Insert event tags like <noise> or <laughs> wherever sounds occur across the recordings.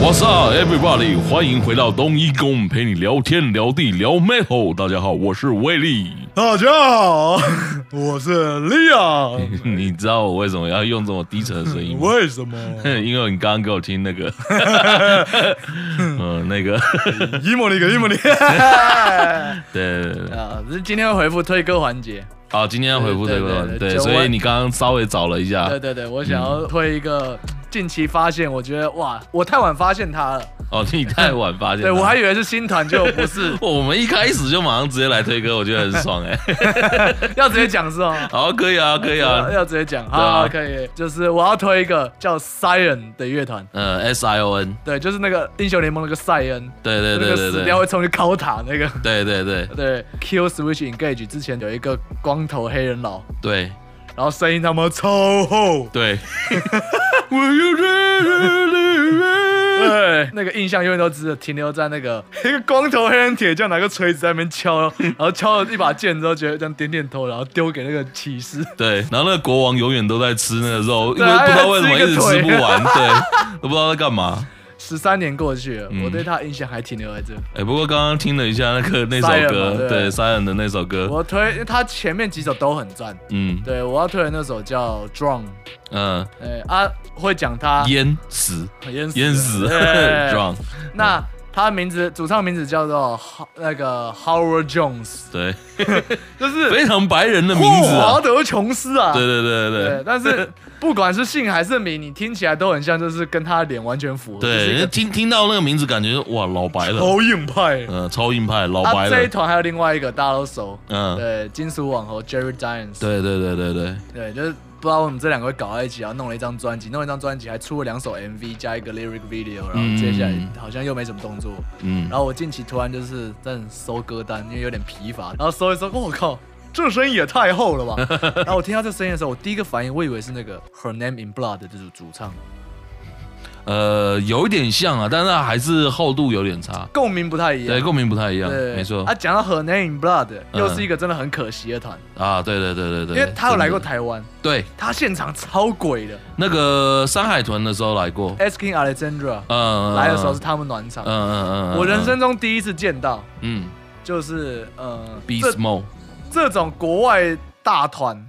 What's up, everybody？欢迎回到东一公，陪你聊天聊地聊 metal。大家好，我是威 <laughs> 力。大家好，我是利亚。 <laughs> 你知道我为什么要用这么低沉的声音吗？为什么 <laughs> <laughs> 因为你刚刚给我听那 <laughs> 个，嗯，那个，伊莫尼克伊莫尼克？ <laughs> 对对对对啊，这今天会回复推歌环节。好，今天要回复这个，对对对对，就所以问你刚刚稍微找了一下对，对对，我想要推一个嗯近期发现，我觉得哇，我太晚发现他了。哦，你太晚发现对了，，我还以为是新团，结果不是 <laughs> 我们一开始就马上直接来推歌，我觉得很爽哎、 <laughs> 要直接讲是吗？好，可以啊，可以啊要，要直接讲，对好、啊可以。就是我要推一个叫 Siren 的乐团，呃，S I O N，对，就是那个英雄联盟那个赛恩，对对对那个对死对，掉会冲去高塔那个。对对对对，Kill Switch Engage 之前有一个光头黑人佬，对然后声音他妈超厚，对。Will you really- 对，哎那个印象永远都只停留在那个 <laughs> 一个光头黑人铁匠拿个锤子在那边敲，然后敲了一把剑之后，觉得这样点点头，然后丢给那个骑士。 <laughs> 对，然后那个国王永远都在吃那个肉，因对为不知道为什么他在一吃直一个吃腿不 <laughs> 完，对，都不知道在干嘛。十三年过去了，嗯我对他的印象还停留在这。哎，不过刚刚听了一下那个那 Siren 首嘛歌，对对，Siren 的那首歌，我推因为他前面几首都很赞，嗯对我要推的那首叫《Drunk》，嗯，哎啊，会讲他淹死淹死淹死 <laughs> 对 drunk，那他的名字主唱名字叫做 Ho- 那个 Howard Jones，对，就是非常白人的名字 <laughs> 霍华啊，德琼斯啊，对对对对 <laughs> 对，但是不管是姓还是名，你听起来都很像，就是跟他的脸完全符合。就是一对，个听听到那个名字，感觉哇，老白 <laughs> 了，好硬派，嗯、超硬派，老白啊，这一了，团还有另外一个大家都熟，嗯，对，金属网红 Jerry Dines，对对对对对，对，就是不知道为什么这两个会搞在一起，然后弄了一张专辑，弄了一张专辑还出了两首 MV 加一个 lyric video，然嗯后接下来好像又没什么动作。嗯，然后我近期突然就是在搜歌单，因为有点疲乏，然后搜一搜，我、靠。这声音也太厚 <laughs> 了吧！然后我听到这声音的时候，我第一个反应我以为是那个《Her Name in Blood》的这主主唱，呃，有一点像啊，但是还是厚度有点差，共鸣不太一样。对，共鸣不太一样，对，没错啊，讲到 Her Name Blood，嗯又是一个真的很可惜的团，啊，对对对对对，因为他有来过真的，台湾，对，他现场超鬼的。那个山海豚的时候来过， Asking Alexandra 嗯，哎来的时候是他们暖场嗯，嗯嗯，我人生中第一次见到，嗯就是呃， ，Beast 这 Mode，这种国外大团。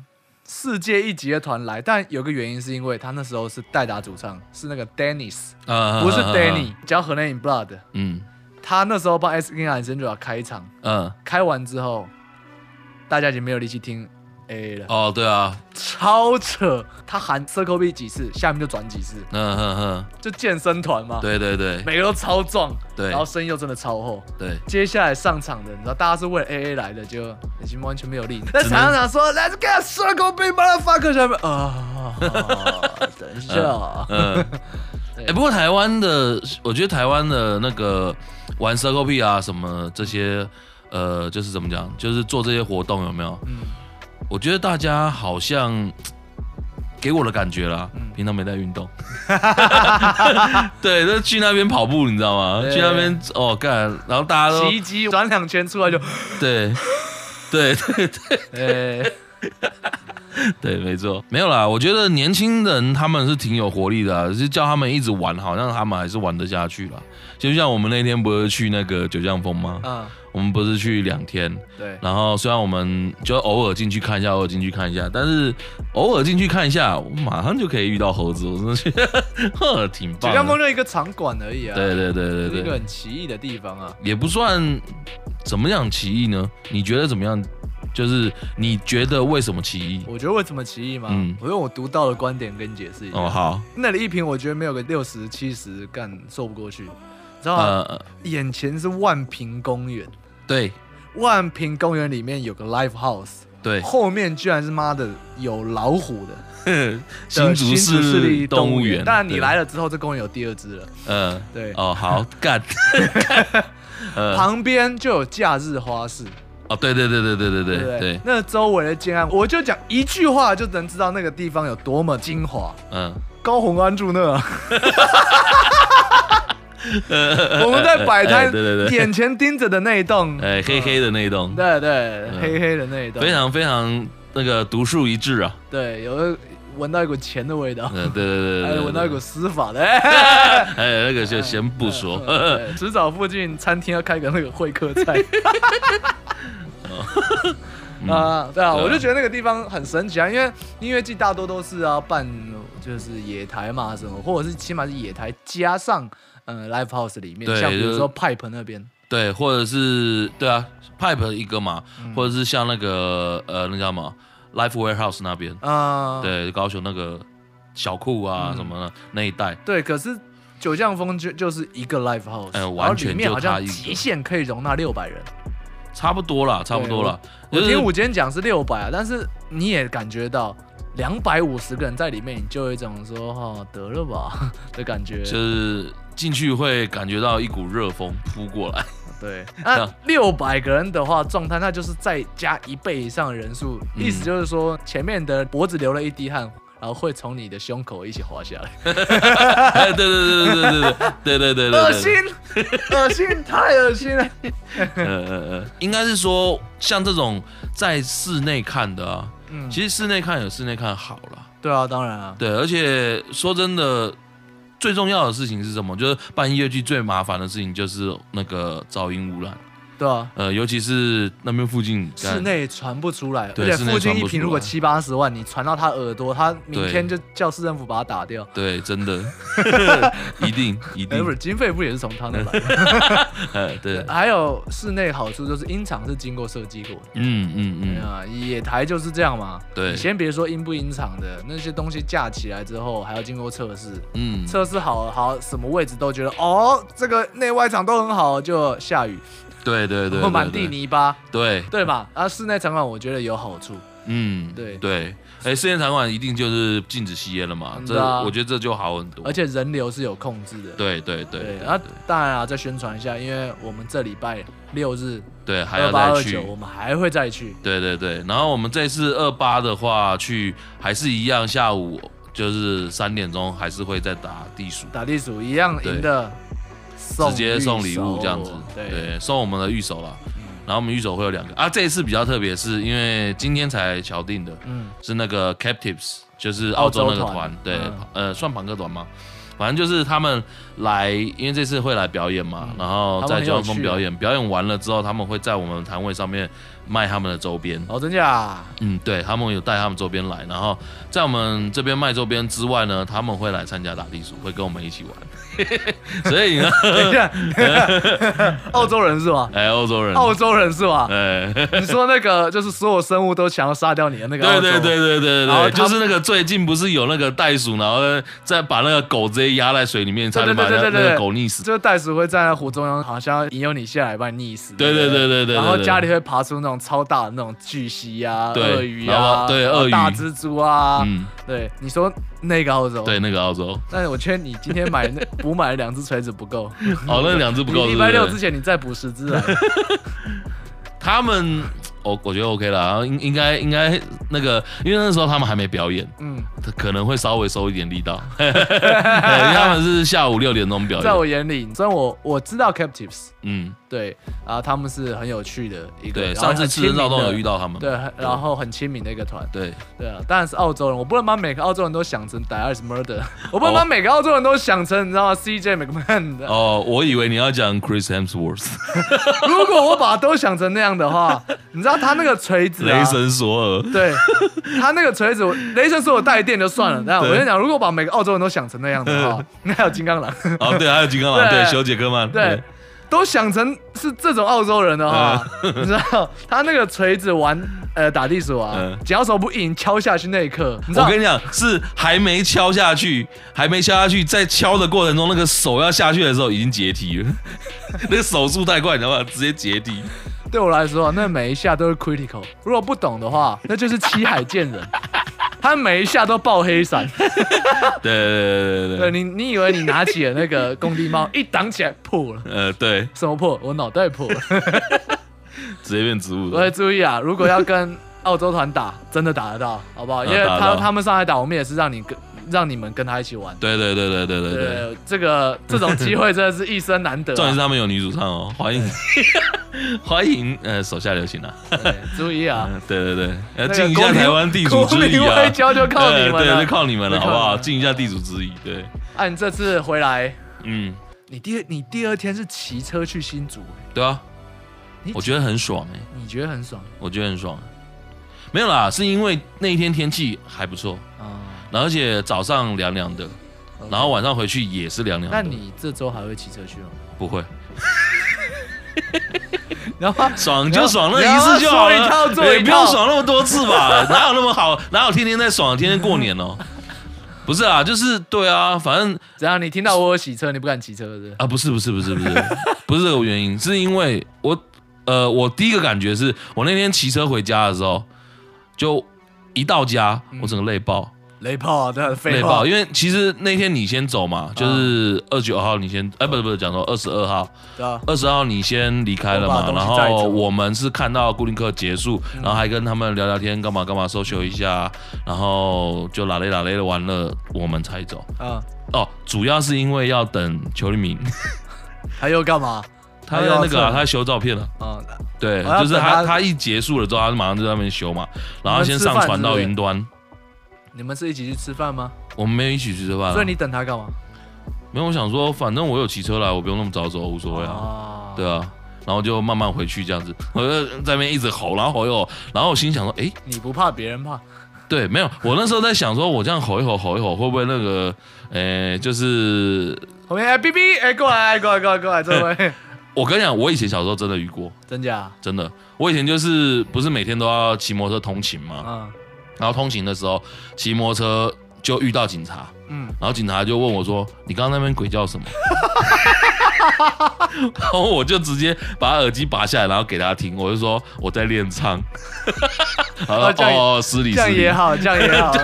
世界一级的团来，但有个原因是因为他那时候是代打主唱，是那个 Dennis，嗯，不是嗯 Danny，叫 Her Name in Blood。嗯他那时候帮 Asking Alexandra 开场，嗯，开完之后，大家已经没有力气听 A 了，哦，对啊，超扯！他喊 Circle B 几次，下面就转几次，嗯哼哼，就健身团嘛，对对对每个都超壮，对然后声音又真的超厚。对，接下来上场的，你知道大家是为了 A A 来的，就已经完全没有力。在场上说 Let's get Circle B motherfucker，下面啊， <laughs> 等一下， <laughs> 嗯。哎、不过台湾的，我觉得台湾的那个玩 Circle B 啊，什么这些，呃，就是怎么讲，就是做这些活动有没有？嗯，我觉得大家好像给我的感觉啦，嗯平常没在运动， <laughs> 对，就去那边跑步，你知道吗？对去那边哦干，然后大家都洗衣机转两圈 <laughs> 出来就，对。对对对哎，对，没错，没有啦。我觉得年轻人他们是挺有活力的、啊，是叫他们一直玩，好像他们还是玩得下去啦。就像我们那天不是去那个九降峰吗？嗯，我们不是去两天，对，然后虽然我们就偶尔进去看一下，偶尔进去看一下，但是偶尔进去看一下，我马上就可以遇到猴子，我真的觉得 <laughs> 呵挺棒九的。江峰就一个场馆而已啊，对对对是对一个对，很奇异的地方啊。也不算怎么样奇异呢？你觉得怎么样？就是你觉得为什么奇异？我觉得为什么奇异吗？嗯我用我独到的观点跟你解释一下。哦，好，那里一瓶我觉得没有个六十七十干说不过去，你知道吗？呃，眼前是万平公园，对万平公园里面有个 live house，对，后面居然是妈的有老虎的 <laughs> 新的竹市市立动物园园。。当然你对来，了之后，这公园有第二只了。嗯，对，哦， <laughs> 好干， <laughs> 呃，旁边就有假日花市，哦，对对对对对对对不对对对？，那周围的建案，我就讲一句话就能知道那个地方有多么精华。嗯，高洪安住呃那、啊。我们在呃摆哎摊对对，对眼前盯着的那一栋，哎，嗯黑黑的那一嗯栋，对对，黑黑的那一栋，非常非常那个独树一帜啊。对，有个闻到一股钱的味道，嗯，对对对还对有对闻到一股对，司法的。哎嗯哎，那个就先不说， <laughs> 呃对迟早附近餐厅要开个那个会客 <laughs> 菜。 <laughs> 啊，对对啊，啊我就觉得那个地方很神奇啊，因为音乐季大多都是要办就是野台嘛什么，或者是起码是野台加上呃 live house 里面，对像比就如说 pipe 那边，对，或者是对啊，Pipe 一个嘛，嗯或者是像那个呃，那叫什么 Life Warehouse 那边，啊、对，高雄那个小库嗯啊什么的那一带，对，可是九降风就就是一个 live house，、哎然后完全里面就好它像一个极限可以容纳六百人。差不多啦，差不多啦。我就是听我今天讲是六百啊，但是你也感觉到两百五十个人在里面，你就有一种说哈、哦、得了吧 <laughs> 的感觉。就是进去会感觉到一股热风扑过 <laughs> 来，对，那嗯六百个人的话，状态那就是再加一倍以上的人数，嗯意思就是说前面的脖子流了一滴汗。然后会从你的胸口一起滑下来，哎，对对对对对对对对 <laughs> 对对恶对心对，， <laughs> 恶心，太恶心了。嗯嗯嗯，应该是说像这种在室内看的啊，嗯，其实室内看有室内看好啦。对啊，当然啊，对，而且说真的，最重要的事情是什么？就是办音乐剧最麻烦的事情就是那个噪音污染，对啊，呃，尤其是那边附近干室内传不出来，而对且室内附近传一不瓶出如果来七八十万，你传到他耳朵，他明对天就叫市政府把他打掉。对，真 <laughs> 的，一定一哎，定不，是经费不也是从他 <laughs> 那来的？呃，对，还有室内好处就是音场是经过设计过的。嗯嗯对嗯，啊，野台就是这样嘛。对你先别说音不音场的那些东西架起来之后，还要经过测试，嗯，测试好好什么位置都觉得哦，这个内外场都很好，就下雨，对对对，对满地，泥巴，对，对吧？啊，室内场馆我觉得有好处，嗯，对对，哎，室内场馆一定就是禁止吸烟了嘛，嗯这对啊我觉得这就好很多而，且人流是有控制的。对对对对，啊，当然啊，再宣传一下，因为我们这礼拜六日对，还二要八再二去九，。我们还会再去。对对对，然后我们这次二八的话去还是一样，下午就是三点钟还是会再打地鼠，打地鼠一样赢的，直接送礼物手这样子，对，嗯送我们的御手啦。然后我们御手会有两个啊，这一次比较特别，是因为今天才敲定的，嗯，是那个 Captives，就是澳洲那个澳团洲团，对，嗯呃，算朋克团吗？反正就是他们来，因为这次会来表演嘛，然后嗯他们在很交有通峰趣啊表演，表演完了之后，他们会在我们摊位上面卖他们的周边。哦，真 <laughs> 假？嗯，对他们有带他们周边来，然后在我们这边卖周边之外呢，他们会来参加打地鼠，会跟我们一起玩。 <laughs> 所以呢，等 <laughs> 一下，澳洲人是吗？哎，欧洲人， <laughs> 澳洲人是吧？哎，对你说那个就是所有生物都想要杀掉你的那个澳对洲对对对对然后对，他就是那个最近不是有那个袋鼠，然后再把那个狗直接压在水里面，差点把对对那对对对那个狗溺死。就是袋鼠会站在湖中央，好像要引诱你下来把你溺死。对对不对对对然后对家里会爬出那种超大的那种巨蜥啊、对鳄鱼然啊、后对然后鳄鱼大蜘蛛啊。嗯，对，你说那个澳洲，对，那个澳洲，但是我觉得你今天买那 <laughs> 补买了两只锤子不够，哦，那两只不够，对你礼拜不六之对？前你再补十只 <laughs> 啊来。他们，我我觉得 OK 啦，然后应应该应该那个，因为那时候他们还没表演，嗯，他可能会稍微收一点力 <laughs> 道，对因为他们是下午六点钟表 <laughs> 在演。我眼里，虽然我我知道 Captives，嗯，对啊，他们是很有趣的一个，对，然后上次很吃人亲躁民动的有遇到他们。对，很然后很亲民的一个团，对对啊，当然是澳洲人，我不能把每个澳洲人都想成 d i a s Murder，我不能把每个澳洲人都想成你知道吗？CJ McMahon 的，哦，我以为你要讲 Chris Hemsworth， <laughs> 如果我把他都想成那样的话，你知道他那个锤子啊雷。神索尔。对他那个锤子，我雷神说我带电就算 <laughs> 了。那我跟你讲，如果把每个澳洲人都想成那样的话，那还有金刚狼，哦，对，还有金刚狼，对，对修杰克曼。对，，都想成是这种澳洲人的话，嗯 <laughs> 你知道他那个锤子玩呃打地鼠啊嗯，只要手不硬敲下去那一刻，你知我道跟你讲，是还没敲下去，还没敲下去，在敲的过程中，那个手要下去的时候已经解体了， <laughs> 那个手速太快，你知道吗？直接解体。对我来说，那每一下都是 critical。如果不懂的话，那就是七海 <laughs> 剑人，他每一下都爆黑闪。嗯对对对对对对对，你，你以为你拿起了那个工地帽， <laughs> 一挡起来破了。呃，对，什么破？我脑袋 <laughs> 破了。直接变植物我了。也注意啊，如果要跟澳洲团打，真的打得到，好不好？因为嗯打得到他他们上来打，我们也是让你跟让你们跟他一起玩。对对对对对对对。 <laughs> 对，这个这种机会真的是一生难得啊、重点是他们有女主唱哦，欢迎。 <laughs> 欢迎呃手下留情啊，对注意啊，嗯对对对，要那个尽一下国民台湾地主之谊国民啊外，交就靠你们了呃对，就靠你们了，就好靠你们不好？尽一下地主之谊，对，啊，你这次回来，嗯，你第二你第二天是骑车去新竹，对啊你，我觉得很爽哎、你觉得很爽我觉得很爽。没有啦，是因为那一天天气还不错，啊？然后而且早上凉凉的，然后晚上回去也是凉凉的。那你这周还会骑车 <laughs> 去吗？不会然后爽就爽那你要一次就好你要说一套了，做一套也不用爽那么多次吧？哪有那么好？哪有天天在爽？天天过年哦？不是啊，就是对啊，反正怎样？你听到我有洗车，你不敢骑车是不是？啊，不是不是不是不是不是这个原因，是因为我呃，我第一个感觉是我那天骑车回家的时候，就一到家嗯我整个累爆。雷炮啊，对，废累话爆，，因为其实那天你先走嘛，嗯就是二九号你先，哎，不是不是，讲错，二十二号，对啊，二十号你先离开了我把嘛，东西然带走嗯后我们是看到固定课结束，然后还跟他们聊聊天，干嘛干嘛，搜修一下，然后就拉嘞拉嘞的完了，我们才走。啊，哦，主要是因为要等邱立明， <laughs> 还有干嘛？他还在有要那个啊测他在修照片了，啊，对，哦要就是等他他他一结束了之后，他马上就在那边修嘛，然后你先们吃饭上传是到不是云端。你们是一起去吃饭吗？我们没有一起去吃饭啊，所以你等他干嘛？没有，我想说，反正我有骑车来，我不用那么早走，无所谓啊。啊对，啊，然后就慢慢回去这样子，我就在那边一直吼，然后吼一吼，然后我心想说，诶，你不怕别人怕？对，没有，我那时候在想说，我这样吼一吼，吼一吼，会不会那个，诶，就是后面哎哔哔哎过来哎过来过来过来 <laughs> 这位，我跟你讲，我以前小时候真的遇过，真假？真的，我以前就是不是每天都要骑摩托车通勤嘛，嗯然后通勤的时候骑摩托车就遇到警察，嗯，然后警察就问我说：“你刚刚那边鬼叫什么？” <laughs> 然后我就直接把耳机拔下来，然后给他听，我就说我在练唱。 <laughs> 然后哦这样也哦，失礼失这样礼，也好，这 <laughs> 样也好，啊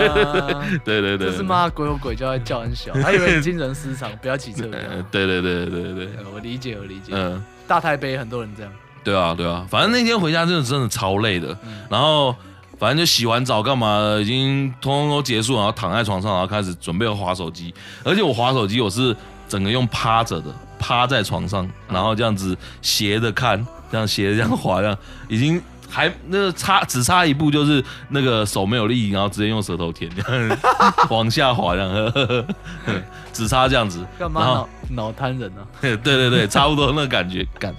对对对，这是骂鬼有鬼叫，还叫很 <laughs> 小，还以为你精神失常，不要骑车。不对？要呃对对对对对对，呃我理解，我理解。嗯，大台北很多人这样，对啊对啊，反正那天回家真的真的超累的，嗯然后。反正就洗完澡干嘛的，已经通通都结束，然后躺在床上，然后开始准备划手机。而且我划手机，我是整个用趴着的，趴在床上，嗯然后这样子斜着看，这样斜着这样滑，这样已经还那个差只差一步，就是那个手没有力，然后直接用舌头舔，这样 <laughs> 往下滑，这样呵呵呵呵只差这样子。干嘛然后脑脑瘫人啊呢？ <laughs> 对对对，差不多那个感觉， <laughs> 干。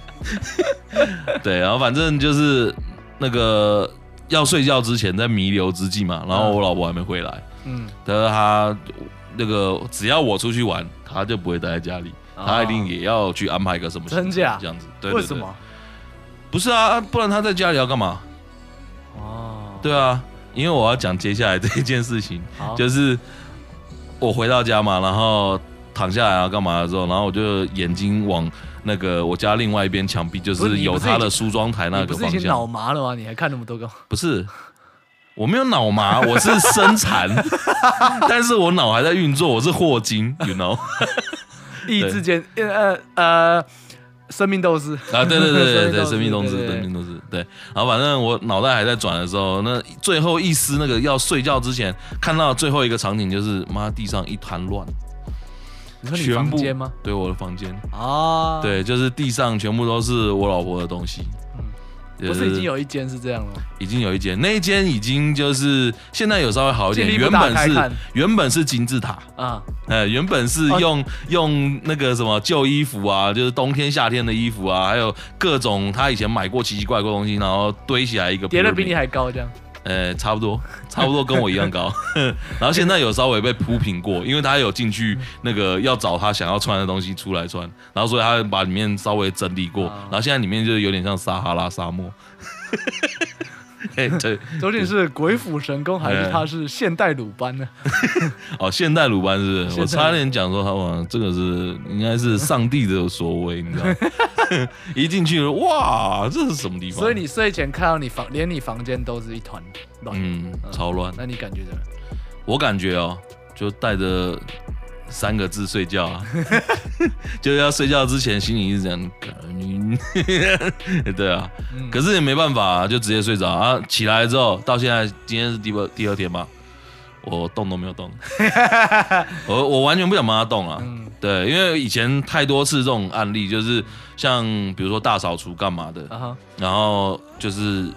对，然后反正就是那个要睡觉之前，在弥留之际嘛，然后我老婆还没回来，嗯，但是她那个只要我出去玩，她就不会待在家里，哦她一定也要去安排个什么行程真假这样子。对为什？对么？对不是啊，不然她在家里要干嘛？哦，对啊，因为我要讲接下来这一件事情，好，就是我回到家嘛，然后躺下来啊，干嘛的时候，然后我就眼睛往那个我家另外一边墙壁，就不是是你有不是他已的经梳妆台那你个不是方已经脑向，麻了吗？你还看那么多个？不是。我没有脑麻，我是身 <laughs> 残，但是我脑还在运作，我是霍金，you know 意志间，呃呃，生命斗士 <laughs> 啊，对对对对对，生命斗动之，士对对生对命动之，对。然后反正我脑袋还在转的时候，那最后一丝那个要睡觉之前看到最后一个场景就是，妈地上一滩乱，你说你全房部间吗？对我的房间，啊，，对，就是地上全部都是我老婆的东西。就嗯不是已经有一间是这样了吗？已经有一间，那一间已经就是现在有稍微好一点，尽力原不打本开看是原本是金字塔，啊，呃，原本是哦用、用那个什么旧衣服啊，就是冬天夏天的衣服啊，还有各种他以前买过奇奇怪怪的东西，然后堆起来一个叠的比 pyramid 你还高，这样呃，差不多，差不多跟我一样高。 <laughs> 然后现在有稍微被铺平过，因为他有进去那个要找他想要穿的东西出来穿，然后所以他把里面稍微整理过，啊然后现在里面就是有点像撒哈拉沙 <laughs> 漠。哎，对，究竟是鬼斧神工还是哎他是现代鲁班呢？哦，现代鲁班是不是？我现代鲁差点讲说他哇，这个是应该是上帝的所为，你知道吗？ <laughs> 一进去哇，这是什么地方？所以你睡前看到你房，连你房间都是一团乱，嗯，超乱。那你感觉怎么样？我感觉哦，就带着三个字睡觉啊， <laughs> 就是要睡觉之前心里一直讲，干你 <laughs> 对啊，可是也没办法、啊，就直接睡着啊。起来之后，到现在今天是第二第二天吧，我动都没有动，我我完全不想帮他动啊。嗯，对，因为以前太多次这种案例，就是像比如说大扫除干嘛的，啊哈，然后就是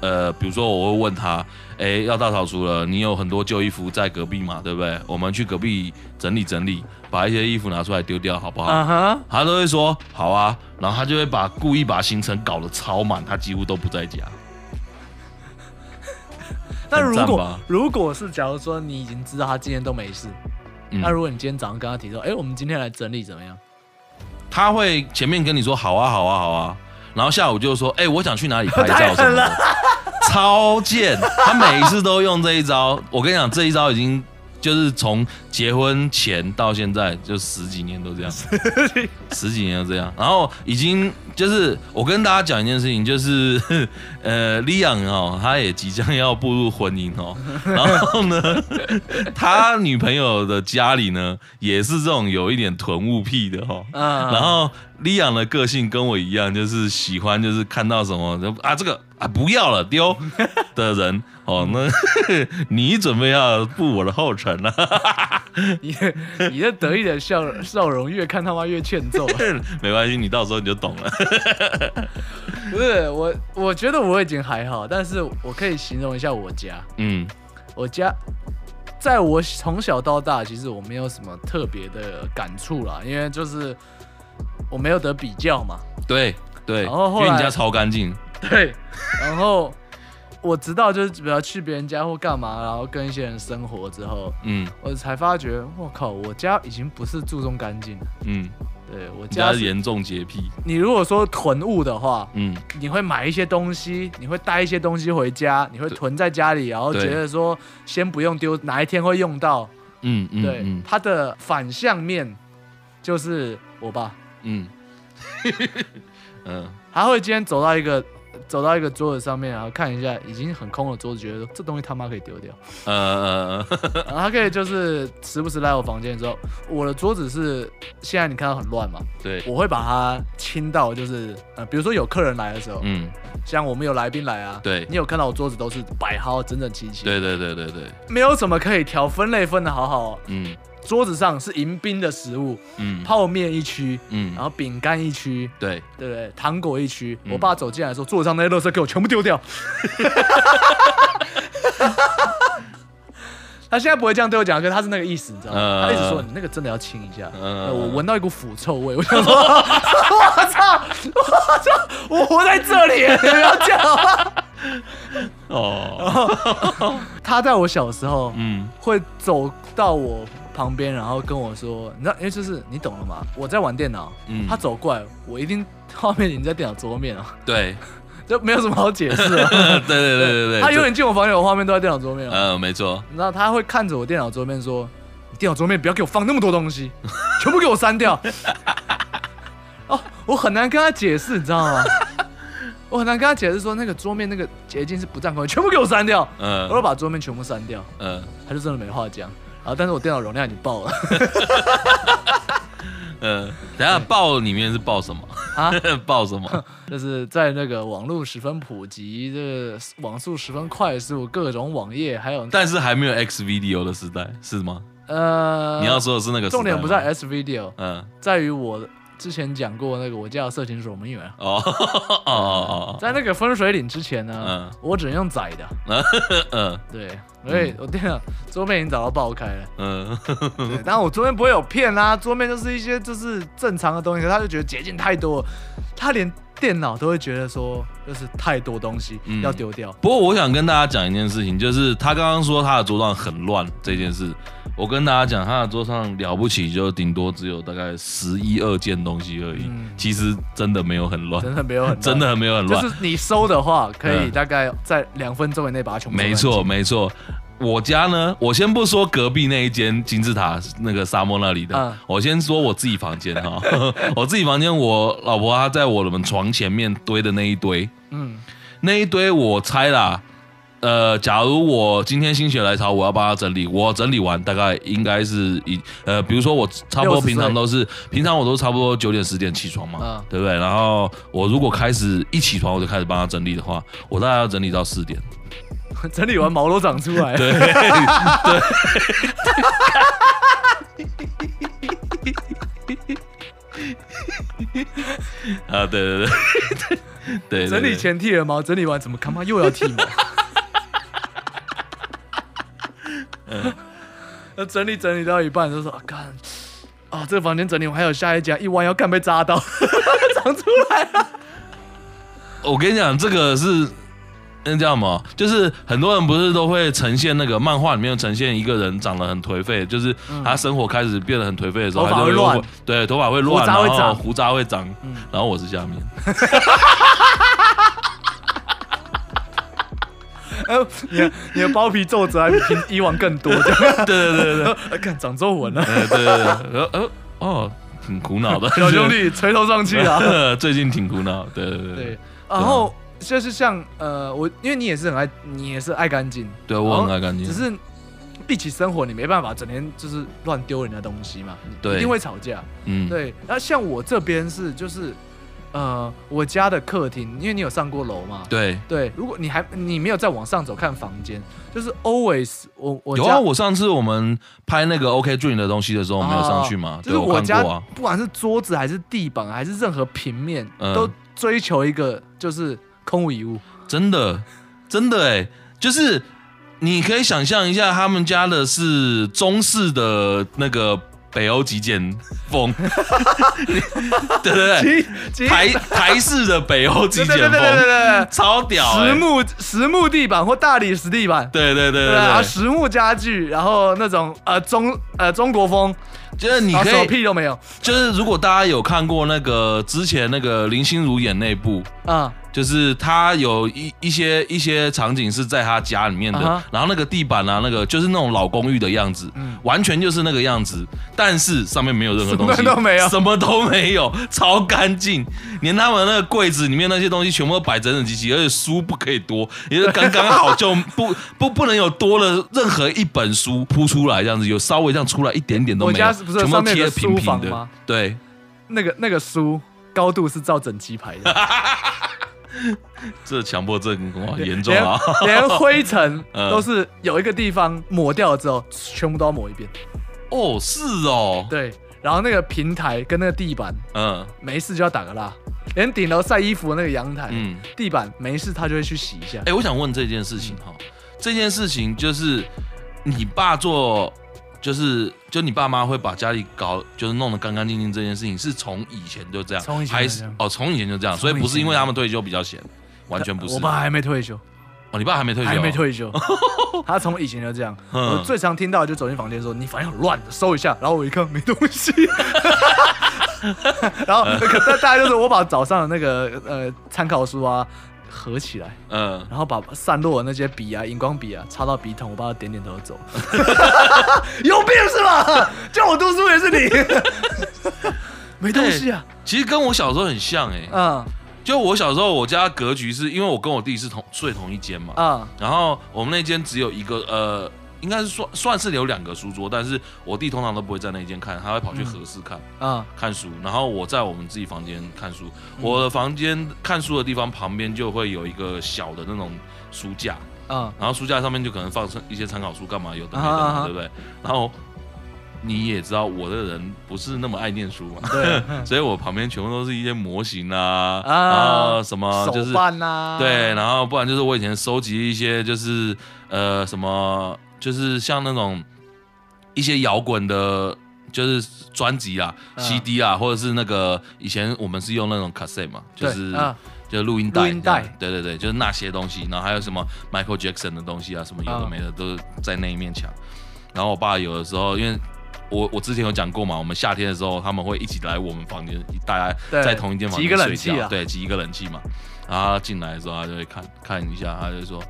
呃，比如说我会问他，哎，要大扫除了，你有很多旧衣服在隔壁嘛，对不对？我们去隔壁整理整理，把一些衣服拿出来丢掉，好不好？啊哈，他都会说好啊，然后他就会把故意把行程搞得超满，他几乎都不在家。那如很赞果吧如果是假如说你已经知道他今天都没事，嗯那如果你今天早上跟他提说，哎、我们今天来整理怎么样？他会前面跟你说好啊，好啊，好啊，然后下午就说，哎、我想去哪里拍太照狠什么了的，超贱。他每一次都用这一招，我跟你讲，这一招已经就是从结婚前到现在就十几年都这样，十几年都这样。然后已经就是我跟大家讲一件事情，就是 <laughs> 呃，李昂哦，他也即将要步入婚姻哦，然后呢， <laughs> 他女朋友的家里呢也是这种有一点囤物癖的哦。嗯，然后李昂的个性跟我一样，就是喜欢就是看到什么就啊这个啊不要了 <laughs> 丢的人哦，那 <laughs> 你准备要步我的后尘了、 <laughs> <laughs> 你你这得意的笑笑容越看他妈越欠 <laughs> 揍。没关系，你到时候你就懂了。不是我，我觉得我已经还好，但是我可以形容一下我家。嗯我家在我从小到大，其实我没有什么特别的感触啦，因为就是我没有得比较嘛。，对对，然后因后为你来家超干净， <laughs> 对，然后我直到就是比较去别人家或干嘛，然后跟一些人生活之后，嗯我才发觉，我靠，我家已经不是注重干净了。嗯，对我你家家是，严重洁癖，你如果说囤物的话，嗯你会买一些东西，你会带一些东西回家，你会囤在家里，然后觉对得说先不用丢，哪一天会用到。嗯嗯对，嗯它的反向面就是我爸，嗯，嗯他会今天走到一个走到一个桌子上面，然后看一下已经很空的桌子，觉得说这东西他妈可以丢掉，呃呃 <laughs> 呃，然后他可以就是时不时来我房间之后，我的桌子是现在你看到很乱嘛，对，我会把它清到就是呃，比如说有客人来的时候，嗯，像我们有来宾来啊，对你有看到我桌子都是摆好整整齐齐，对对对对对，没有什么可以挑，分类分的好好哦，嗯桌子上是迎宾的食物，嗯泡面一区，然嗯，后饼干一区，对，对不对？糖果一区，嗯我爸走进来说，桌子上那些垃圾给我全部丢掉。 <laughs> 他现在不会这样对我讲，可是他是那个意思，你知道吗？嗯他一直说你那个真的要清一下。呃嗯我闻到一股腐臭味，我想说，我操，我操，我活在这里，你不要这样好吗？哦，他在我小时候，嗯会走到我旁边，然后跟我说，你知道，因为就是你懂了吗？我在玩电脑，嗯他走过来，我一定画面已经在电脑桌面啊，对，就没有什么好解释了。 <laughs> 对对对对对，他这永远进我房间，我画面都在电脑桌面啊。呃，没错，然后他会看着我电脑桌面说：“你电脑桌面不要给我放那么多东西， <laughs> 全部给我删掉。”哦，我很难跟他解释，你知道吗？我很难跟他解释说那个桌面那个捷径是不占空间，全部给我删掉。我嗯就把桌面全部删掉。嗯他就真的没话讲。然后，但是我电脑容量已经爆了 <laughs> 嗯，等一下报里面是报什么？ <laughs> 啊！报什么？就是在那个网络十分普及、这个网速十分快速、各种网页，还有但是还没有 X Video 的时代是吗？呃，你要说的是那个时代重点不吗在 S Video，嗯在于我之前讲过那个我家的色情守门员啊，哦 <laughs> 哦哦哦在那个分水岭之前呢，嗯我只能用载的，嗯对，所以我电脑桌面已经早到爆开 <laughs> 了。嗯对当然我桌面不会有片啦、桌面就是一些就是正常的东西，可是他就觉得捷径太多了，他连电脑都会觉得说就是太多东西嗯要丢掉。不过我想跟大家讲一件事情，就是他刚刚说他的桌上很乱这件事，我跟大家讲，他的桌上了不起就顶多只有大概十一二件东西而已，嗯其实真的没有很乱，真的没有很真的没有很就乱。是你收的话，可以嗯大概在两分钟以内把它全部收干没净错，没错。我家呢，我先不说隔壁那一间金字塔那个沙漠那里的，嗯我先说我自己房间哈、 <laughs> 我自己房间，我老婆她在我们床前面堆的那一堆，嗯， <laughs> 那一堆我猜啦，呃，假如我今天心血来潮，我要帮他整理，我整理完大概应该是一呃，比如说我差不多60岁平常都是，平常我都差不多九点十点起床嘛，嗯对不对？然后我如果开始一起床我就开始帮他整理的话，我大概要整理到四点。整理完毛都长出来了。对对。 <laughs> 啊，对对对对对，对整理，前剃了毛，整理完怎么他妈又要剃毛？嗯 <laughs> 那整理整理到一半就说啊干啊，这个房间整理完还有下一家，一弯腰干被扎到， <laughs> 长出来了。我跟你讲，这个是那叫什么？就是很多人不是都会呈现那个漫画里面呈现一个人长得很颓废，就是他生活开始变得很颓废的时候，嗯头发他就会乱会，对，头发会乱，胡渣会然后长嗯胡渣会长，然后我是下面，呃，你的你的包皮皱褶还比以往 <laughs> 更多，这对样对对对对，啊干长皱纹了。 <laughs> 呃对对对，呃呃哦，挺苦恼 <laughs> 的，小兄弟垂头丧气 <laughs> 啊！最近挺苦恼，对对对对对，，然后就是像呃，我因为你也是很爱，你也是爱干净，对啊我很爱干净哦只，是一起生活你没办法整天就是乱丢人家东西嘛，你对一定会吵架。嗯，对，那像我这边是就是呃，我家的客厅，因为你有上过楼嘛。对，对，如果你还你没有再往上走看房间，就是 always 我我有家啊，我上次我们拍那个 OK Dream 的东西的时候，我没有上去吗哦？就对，是我我看家过啊，不管是桌子还是地板还是任何平面，嗯都追求一个就是空无一物。真的，真的哎、就是你可以想象一下，他们家的是中式的那个北欧极简风， <laughs> 对对对，极哎台台式的北欧极对对对简对对风，对，超屌、欸，实木实木地板或大理石地板，对对对对对啊，对，实木家具，然后那种呃中呃中国风，就是你然后可什么以，屁都没有，就是如果大家有看过那个之前那个林心如演那部，嗯，就是他有一一些一些场景是在他家里面的啊哈嗯然后那个地板啊，那个就是那种老公寓的样子，完全就是那个样子，但是上面没有任何东西，什么都没有什么都没有，超干净，连他们那个柜子里面那些东西全部都摆整整齐齐，而且书不可以多，也是刚刚好就不不不能有多了任何一本书铺出来这样子，有稍微这样出来一点点都我没有，家是不是全部都上面贴有个平书平房的吗，对。那个那个书高度是照整齐排的，这强迫症哇 <laughs> 严重连啊！连灰尘 <laughs> 嗯都是有一个地方抹掉了之后，全部都要抹一遍，哦，是哦，对，然后那个平台跟那个地板嗯没事就要打个蜡，连顶楼晒衣服的那个阳台，嗯，地板没事他就会去洗一下哎、，我想问这件事情嗯哈，这件事情就是你爸做，就是就你爸妈会把家里搞，就是弄得干干净净这件事情，是从以前就这样，从以前就还是这样哦，从以前就这样，从所以以前不是因为他们退休比较闲，完全哎不是。我爸还没退休。哦，你爸还没退休，还没，退休， <laughs> 他从以前就这样。嗯我最常听到的就走进房间说：“你房间很乱，收一下。”然后我一看没东西， <laughs> 然嗯后可大大家就是我把早上的那个呃参考书啊合起来，嗯，然后把呃散落的那些笔啊、荧光笔啊插到笔筒，我帮他点点头 <laughs> 走。有病是吧？叫我读书也是你， <laughs> 没东西啊，其实跟我小时候很像哎、嗯就我小时候我家格局是因为我跟我弟是同睡同一间嘛，嗯然后我们那间只有一个呃。应该是算算是有两个书桌，但是我弟通常都不会在那间看，他会跑去嗯合适看。嗯看书，然后我在我们自己房间看书。我的房间看书的地方旁边就会有一个小的那种书架，嗯，然后书架上面就可能放一些参考书，干嘛有的没的啊啊嘛，啊对不对？然后你也知道我这个人不是那么爱念书嘛，对， <laughs> 嗯所以我旁边全部都是一些模型啊，啊啊什么就是手办啊呐，对，然后不然就是我以前收集一些就是呃什么，就是像那种一些摇滚的，就是专辑啊、嗯 CD 啊，或者是那个以前我们是用那种 cassette 嘛，就对是、嗯就是录音带这录样，音带对对对，就是那些东西，然后还有什么 Michael Jackson 的东西啊，什么有的嗯没的都在那一面墙。然后我爸有的时候因为。我我之前有讲过嘛，我们夏天的时候他们会一起来我们房间，大家对在同一间房挤一间个冷睡气觉，啊对，挤一个冷气嘛。然后他进来的时候，他就会看看一下，他就说：“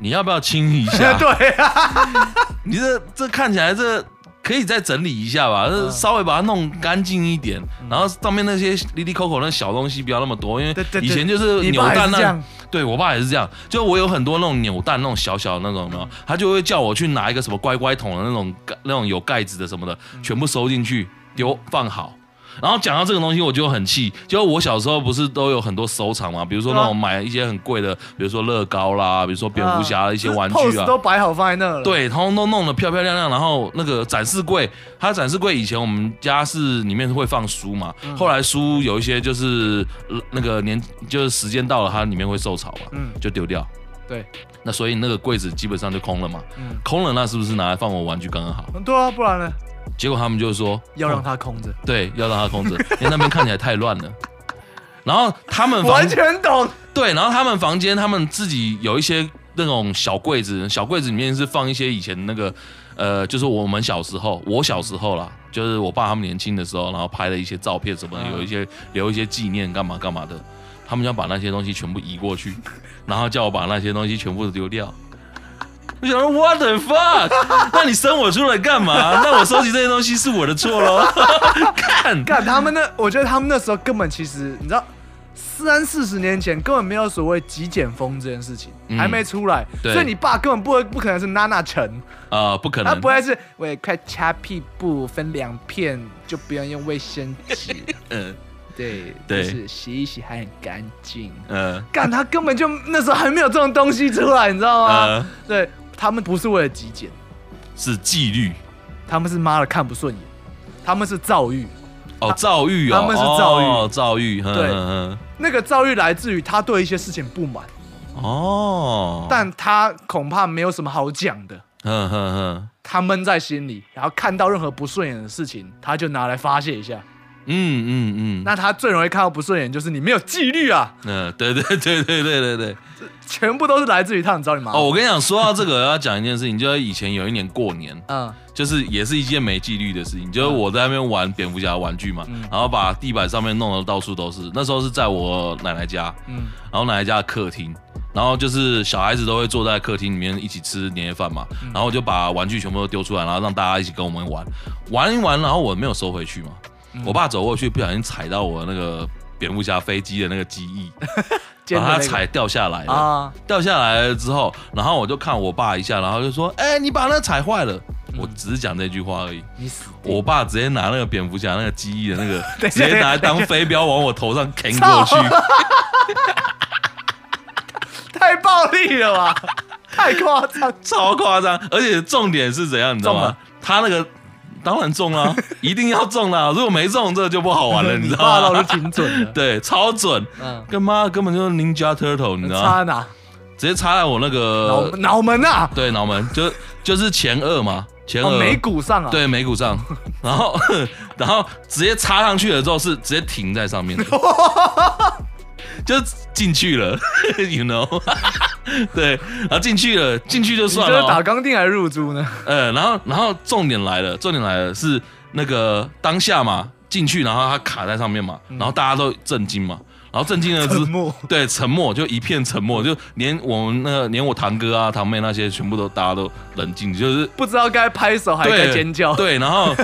你要不要清一下？<laughs> <laughs> 对啊，你这这看起来这可以再整理一下吧，嗯这稍微把它弄干净一点。然后上面那些滴滴扣扣那小东西不要那么多，因为对对对以前就是你扭爸也蛋是这那样，对我爸也是这样，就我有很多那种扭蛋那种小小的那种，有没嗯有？他就会叫我去拿一个嗯什么乖乖桶的那种盖那种有盖子的什么的，全部收进去丢放好。然后讲到这个东西，我就很气。就我小时候不是都有很多收藏嘛，比如说那对啊种买一些很贵的，比如说乐高啦，比如说蝙蝠侠的一些玩具 pose 啊，都摆好放在那了。，对，通通都弄得漂漂亮亮。然后那个展示柜，它展示柜以前我们家是里面会放书嘛，嗯后来书有一些就是呃那个年就是时间到了，它里面会受潮嘛，嗯就丢掉。对，那所以那个柜子基本上就空了嘛，嗯空了那是不是拿来放我玩具刚刚好？嗯对啊，不然呢？结果他们就说要哦让它空着，对要让它空着，因为那边看起来太乱了。然后他们 <laughs> 房完全懂。对，然后他们房间他们自己有一些那种小柜子，小柜子里面是放一些以前那个，呃，就是我们小时候，我小时候啦，就是我爸他们年轻的时候，然后拍了一些照片什么的，嗯有一些留一些纪念，干嘛干嘛的。他们要把那些东西全部移过去， <laughs> 然后叫我把那些东西全部丢掉。我想说 What the fuck？那你 <laughs> 生我出来干嘛？那我收集这些东西是我的错喽。 <laughs> 看，干他们那，我觉得他们那时候根本其实你知道，三四十年前根本没有所谓极简风这件事情，嗯还没出来，对所以你爸根本不会不可能是娜娜陈，啊，不可他能不。会是喂快掐屁股分两片就不用用卫生 <laughs> 纸，嗯对，对就是洗一洗还很干净。嗯干他根本就那时候还没有这种东西出来，你知道吗？呃，对他们不是为了极简，是纪律。他们是妈的看不顺眼，他们是躁郁。哦，躁郁哦，啊他们是躁郁哦，躁郁，哼对哼那个躁郁来自于他对一些事情不满，哼哦，但他恐怕没有什么好讲的，哼哼哼，他闷在心里，然后看到任何不顺眼的事情，他就拿来发泄一下。嗯嗯嗯，那他最容易看到不顺眼就是你没有纪律啊，嗯，对对对对对对对。全部都是来自于他，你知道你吗？哦，我跟你讲，说到这个，要讲一件事情，就是以前有一年过年，嗯，就是也是一件没纪律的事情，就是我在那边玩蝙蝠侠的玩具嘛，嗯然后把地板上面弄得到处都是。那时候是在我奶奶家，嗯然后奶奶家的客厅，然后就是小孩子都会坐在客厅里面一起吃年夜饭嘛，嗯然后我就把玩具全部都丢出来，然后让大家一起跟我们玩，玩一玩，然后我没有收回去嘛，嗯我爸走过去不小心踩到我那个蝙蝠侠飞机的那个机翼，尖把它的那个踩掉下来了。啊，掉下来了之后，然后我就看我爸一下，然后就说：“哎、你把那踩坏了。”嗯我只是讲这句话而已。你死定我爸直接拿那个蝙蝠侠那个机翼的那 <laughs> 个，等一直下接拿来当飞镖往我头上砍过去。太暴力 <laughs> 了吧，太夸张，超夸张，而且重点是怎样，你知道中吗了？他那个当然中了、 <laughs> 一定要中了、如果没中，这就不好玩了，你知爸道倒吗是？挺准的， <laughs> 对，超准，嗯，跟妈根本就是 Ninja Turtle，你知道吗？呃插哪？直接插在我那脑个脑门啊，对脑门，就就是前额嘛，前哦，额、眉骨上啊，呃对眉骨 <laughs> 上，然后 <laughs> 然后直接插上去了之后是直接停在上面 <laughs> 的，就进去了 <laughs> ，you know，对，然后进去了，进去就你这算了是哦、打钢钉还是入珠呢？呃，然后然后重点来了，重点来了是那个当下嘛，进去然后它卡在上面嘛，然后大家都震惊嘛，然后震惊了之嗯沉默对，沉默就一片沉默，就连我们那个连我堂哥啊堂妹那些全部都大家都冷静，就是不知道该拍手还是该对尖叫。，对，然后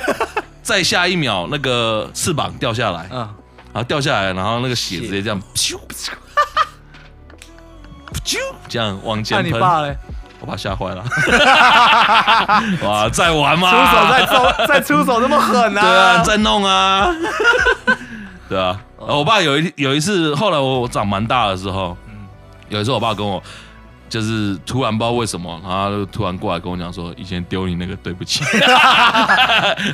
再下一秒那个翅膀掉下来，嗯，然后掉下来，然后那个血直接这样咻咻。啾这样往那前啊你喷，爸嘞？我爸吓坏 <laughs> 了。哇，在玩吗？出手 <laughs> 再出再出手这么狠啊对啊，啊！在弄啊， <laughs> 对啊。然后我爸有一有一次，后来我我长蛮大的时候，嗯有一次我爸跟我就是突然不知道为什么，然后他就突然过来跟我讲说，以前丢你那个对不起， <laughs>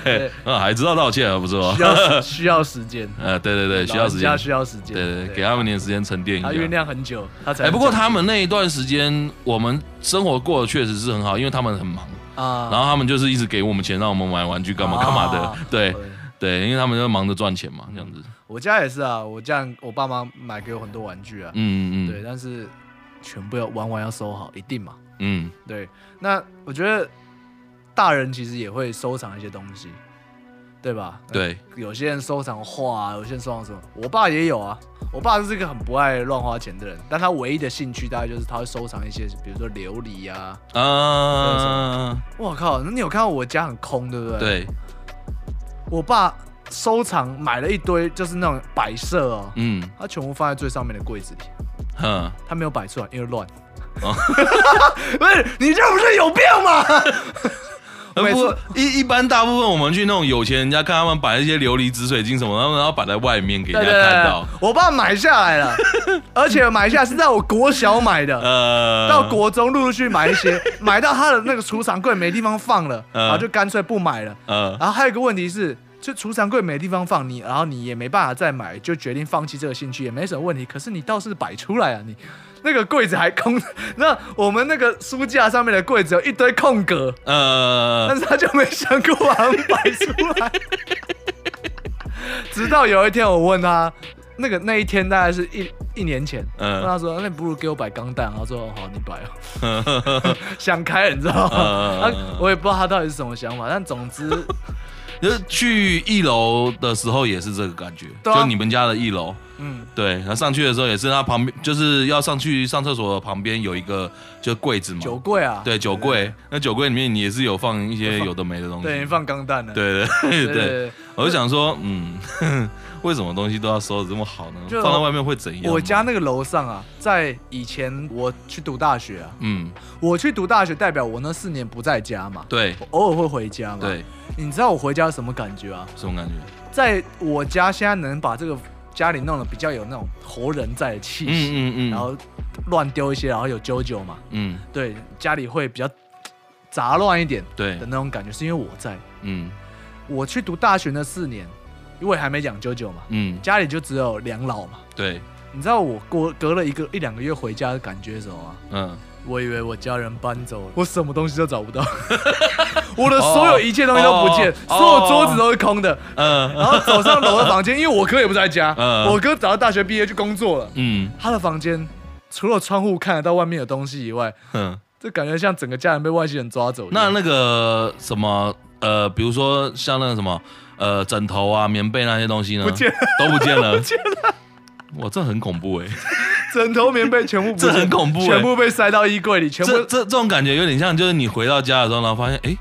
嘿 <laughs> 嗯，还知道道歉，不错 <laughs> 需。要需要时间， <laughs> 呃，对对对，需老要人时家间，需要时间，对对对，给他们点时间沉淀一他酝下。酿很久，他才哎，能不过讲他们那一段时间，我们生活过得确实是很好，因为他们很忙，然啊，后他们就是一直给我们钱，让我们买玩具干嘛干嘛的啊，对对对，因为他们就忙着赚钱嘛，嗯这样子。我家也是啊，我家人我爸妈买给我很多玩具啊，嗯嗯，对，但是全部要玩完要收好，一定嘛。嗯，对，那我觉得大人其实也会收藏一些东西，对吧？嗯对，有些人收藏画、啊，有些人收藏什么，我爸也有啊。我爸是一个很不爱乱花钱的人，但他唯一的兴趣大概就是他会收藏一些，比如说琉璃啊。啊，我靠，那你有看到我家很空，对不对？。对，我爸收藏买了一堆，就是那种摆设哦，嗯，他全部放在最上面的柜子里，哼，他没有摆 <laughs> 出来，因为乱。哦 <laughs> 不是，你这不是有病吗？呃每不次过一一般大部分我们去那种有钱人家看他们摆那些琉璃紫水晶什么，他们然后摆在外面给对人家对对看对到。，我爸买下来了，而且买下来是在我国小买的，呃，到国中陆陆续续买一些，买到他的那个储藏柜没地方放了，嗯然后就干脆不买了。呃然后还有一个问题是，就储藏柜没地方放你，然后你也没办法再买，就决定放弃这个兴趣，也没什么问题。可是你倒是摆出来啊，你那个柜子还空，那我们那个书架上面的柜子有一堆空格， <laughs> 但呃，是他就没想过把它们摆出来。直到有一天，我问他，那个那一天大概是一一年前，嗯问他说：“那你不如给我摆钢弹。”他说：“哦好，你摆哦。” <laughs> 想开了，你知道吗？嗯啊我也不知道他到底是什么想法，但总之，就是去一楼的时候也是这个感觉，对啊就你们家的一楼。嗯，对，然后上去的时候也是，他旁边就是要上去上厕所的旁边有一个就柜子嘛，酒柜 <laughs> 啊，对酒柜，那酒柜里面你也是有放一些有的没的东西，对，你放钢弹的，对对 <laughs> 对对，我就想说，嗯， <laughs> 为什么东西都要收的这么好呢？就放在外面会怎样吗？我家那个楼上啊，在以前我去读大 <laughs> 学啊，嗯，我去读大学代表我那四年不在家嘛，对我偶尔会回家嘛。，对，你知道我回家什么感觉啊？什么感觉？在我家现在能把这个家里弄得比较有那种活人在的气嗯息，嗯嗯，然后乱丢一些，然后有啾啾嘛，嗯对，家里会比较杂乱一点对的那种感觉，是因为我在。嗯我去读大学那四年，因为还没养啾啾嘛，嗯家里就只有两老嘛。对你知道我过隔了一个一两个月回家的感觉是什么吗？ <laughs> 嗯，我以为我家人搬走了，我什么东西都 <laughs> 找不到，我的所有一切东西都不见哦，哦所有桌子都是空的。呃然后走上楼的房间，因为我哥也不在家，嗯我哥早到大学毕业去工作了，嗯他的房间除了窗户看得到外面的东西以外，嗯，这感觉像整个家人被外星人抓走一那样。那个什么呃，比如说像那个什么呃，枕头啊、棉被那些东西呢，不见都不见 <laughs> 了，不见了。哇，这很恐怖哎、枕头、棉被全部不见这很恐怖欸全部被塞到衣柜里，全部这这这种感觉有点像，就是你回到家的时候，然后发现，哎、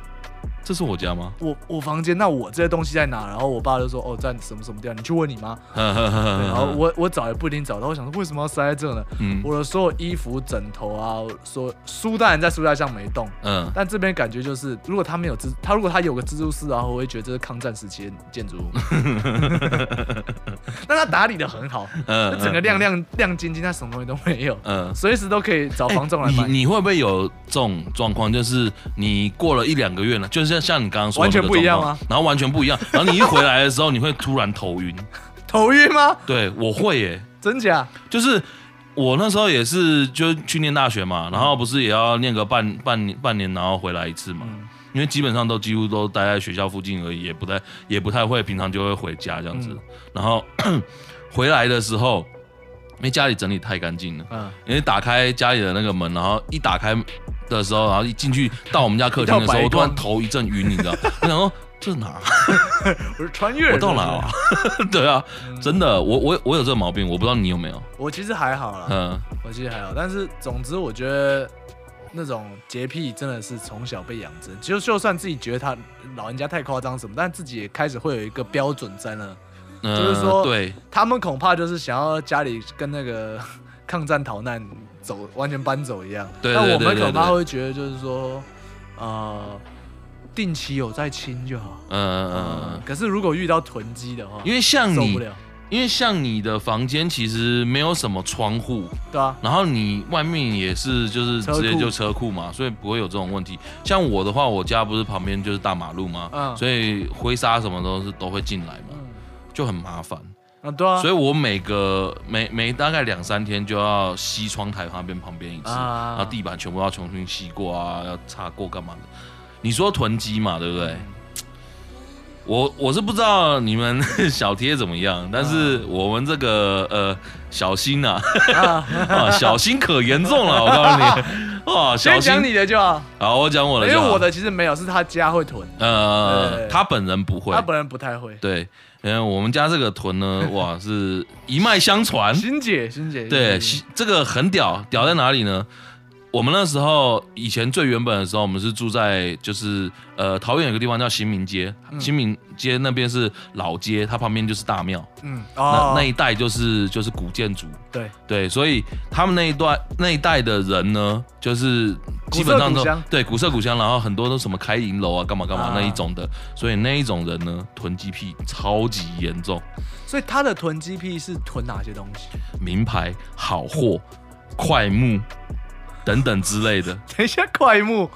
这是我家吗？ <laughs> 我我房间，那我这些东西在哪？然后我爸就说，哦，在什么什么地方，你去问你妈。呵呵呵对呵然后我我找也不一定找到，我想说为什么要塞在这呢？嗯我的所有衣服、枕头啊，我所书当然在书架上没动，嗯但这边感觉就是，如果他没有蜘，他如果他有个蜘蛛丝啊，我会觉得这是抗战时期的建筑物。 <laughs> 但他打理的很好，嗯就整个亮亮亮晶晶，他什么东西都没有，嗯。哎随时都可以找房仲来你买，你会不会有这种状况？就是你过了一两个月呢，就是像像你刚刚说的完全那个不一样状吗况？然后完全不一样，然后你一回来的时候，你会突然头晕。头晕吗？对，我会耶、真假？就是我那时候也是就去念大学嗯嘛，然后不是也要念个半半年半年，然后回来一次嘛。嗯因为基本上都几乎都待在学校附近而已，也不太也不太会，平常就会回家这样子。嗯然后 <coughs> 回来的时候，因为家里整理太干净了，嗯，因为打开家里的那个门，然后一打开的时候，然后一进去到我们家客厅的时候，一道白我突然光头一阵晕，你知道？ <laughs> 我想说这哪儿？我是穿越，我到哪儿啊？？ <laughs> 对啊，嗯真的，我我我有这个毛病，我不知道你有没有。我其实还好啦，嗯，我其实还好，但是总之我觉得那种洁癖真的是从小被养成，就就算自己觉得他老人家太夸张什么，但自己也开始会有一个标准在那。呃就是说对，他们恐怕就是想要家里跟那个 <laughs> 抗战逃难走完全搬走一样，对但对我对们对恐怕对会觉得就是说，呃，定期有在清就好。嗯嗯嗯嗯嗯，，可是如果遇到囤积的话，因为像受你不，了，因为像你的房间其实没有什么窗户，对啊，然后你外面也是就是车库直接就车库嘛，所以不会有这种问题。像我的话，我家不是旁边就是大马路嘛，嗯所以灰沙什么都是都会进来嘛，嗯，就很麻烦。啊对啊，所以我每个每每大概两三天就要吸窗台旁边旁边一次，啊然后地板全部要重新吸过啊，要擦过干嘛的。你说囤积嘛，对不对？嗯我我是不知道你们 <laughs> 小贴怎么样，但是我们这个呃小心呐、啊， <laughs> 啊，小心可严重了，我告诉 <laughs> 你，哇，小先心讲。你的就好。好，我讲我的因就为好，我的其实没有，是他家会囤，对对呃，对他本人不会他，本人不太会。对，嗯，我们家这个臀呢，哇，是一脉相传，欣姐，欣姐，嗯对，欣西这个很屌，屌在哪里呢？我们那时候以前最原本的时候，我们是住在就是呃桃园有个地方叫新民街，嗯新民街那边是老街，它旁边就是大庙，嗯，那哦，那一带就是就是古建筑，对，对，所以他们那一段那一代的人呢，就是基本上古都色古香对古色古香，然后很多都什么开银楼啊，干嘛干嘛啊那一种的，所以那一种人呢，囤积癖超级严重，所以他的囤积癖是囤哪些东 <laughs> 西？名牌、好货、快木等等之类的。等一下，快木，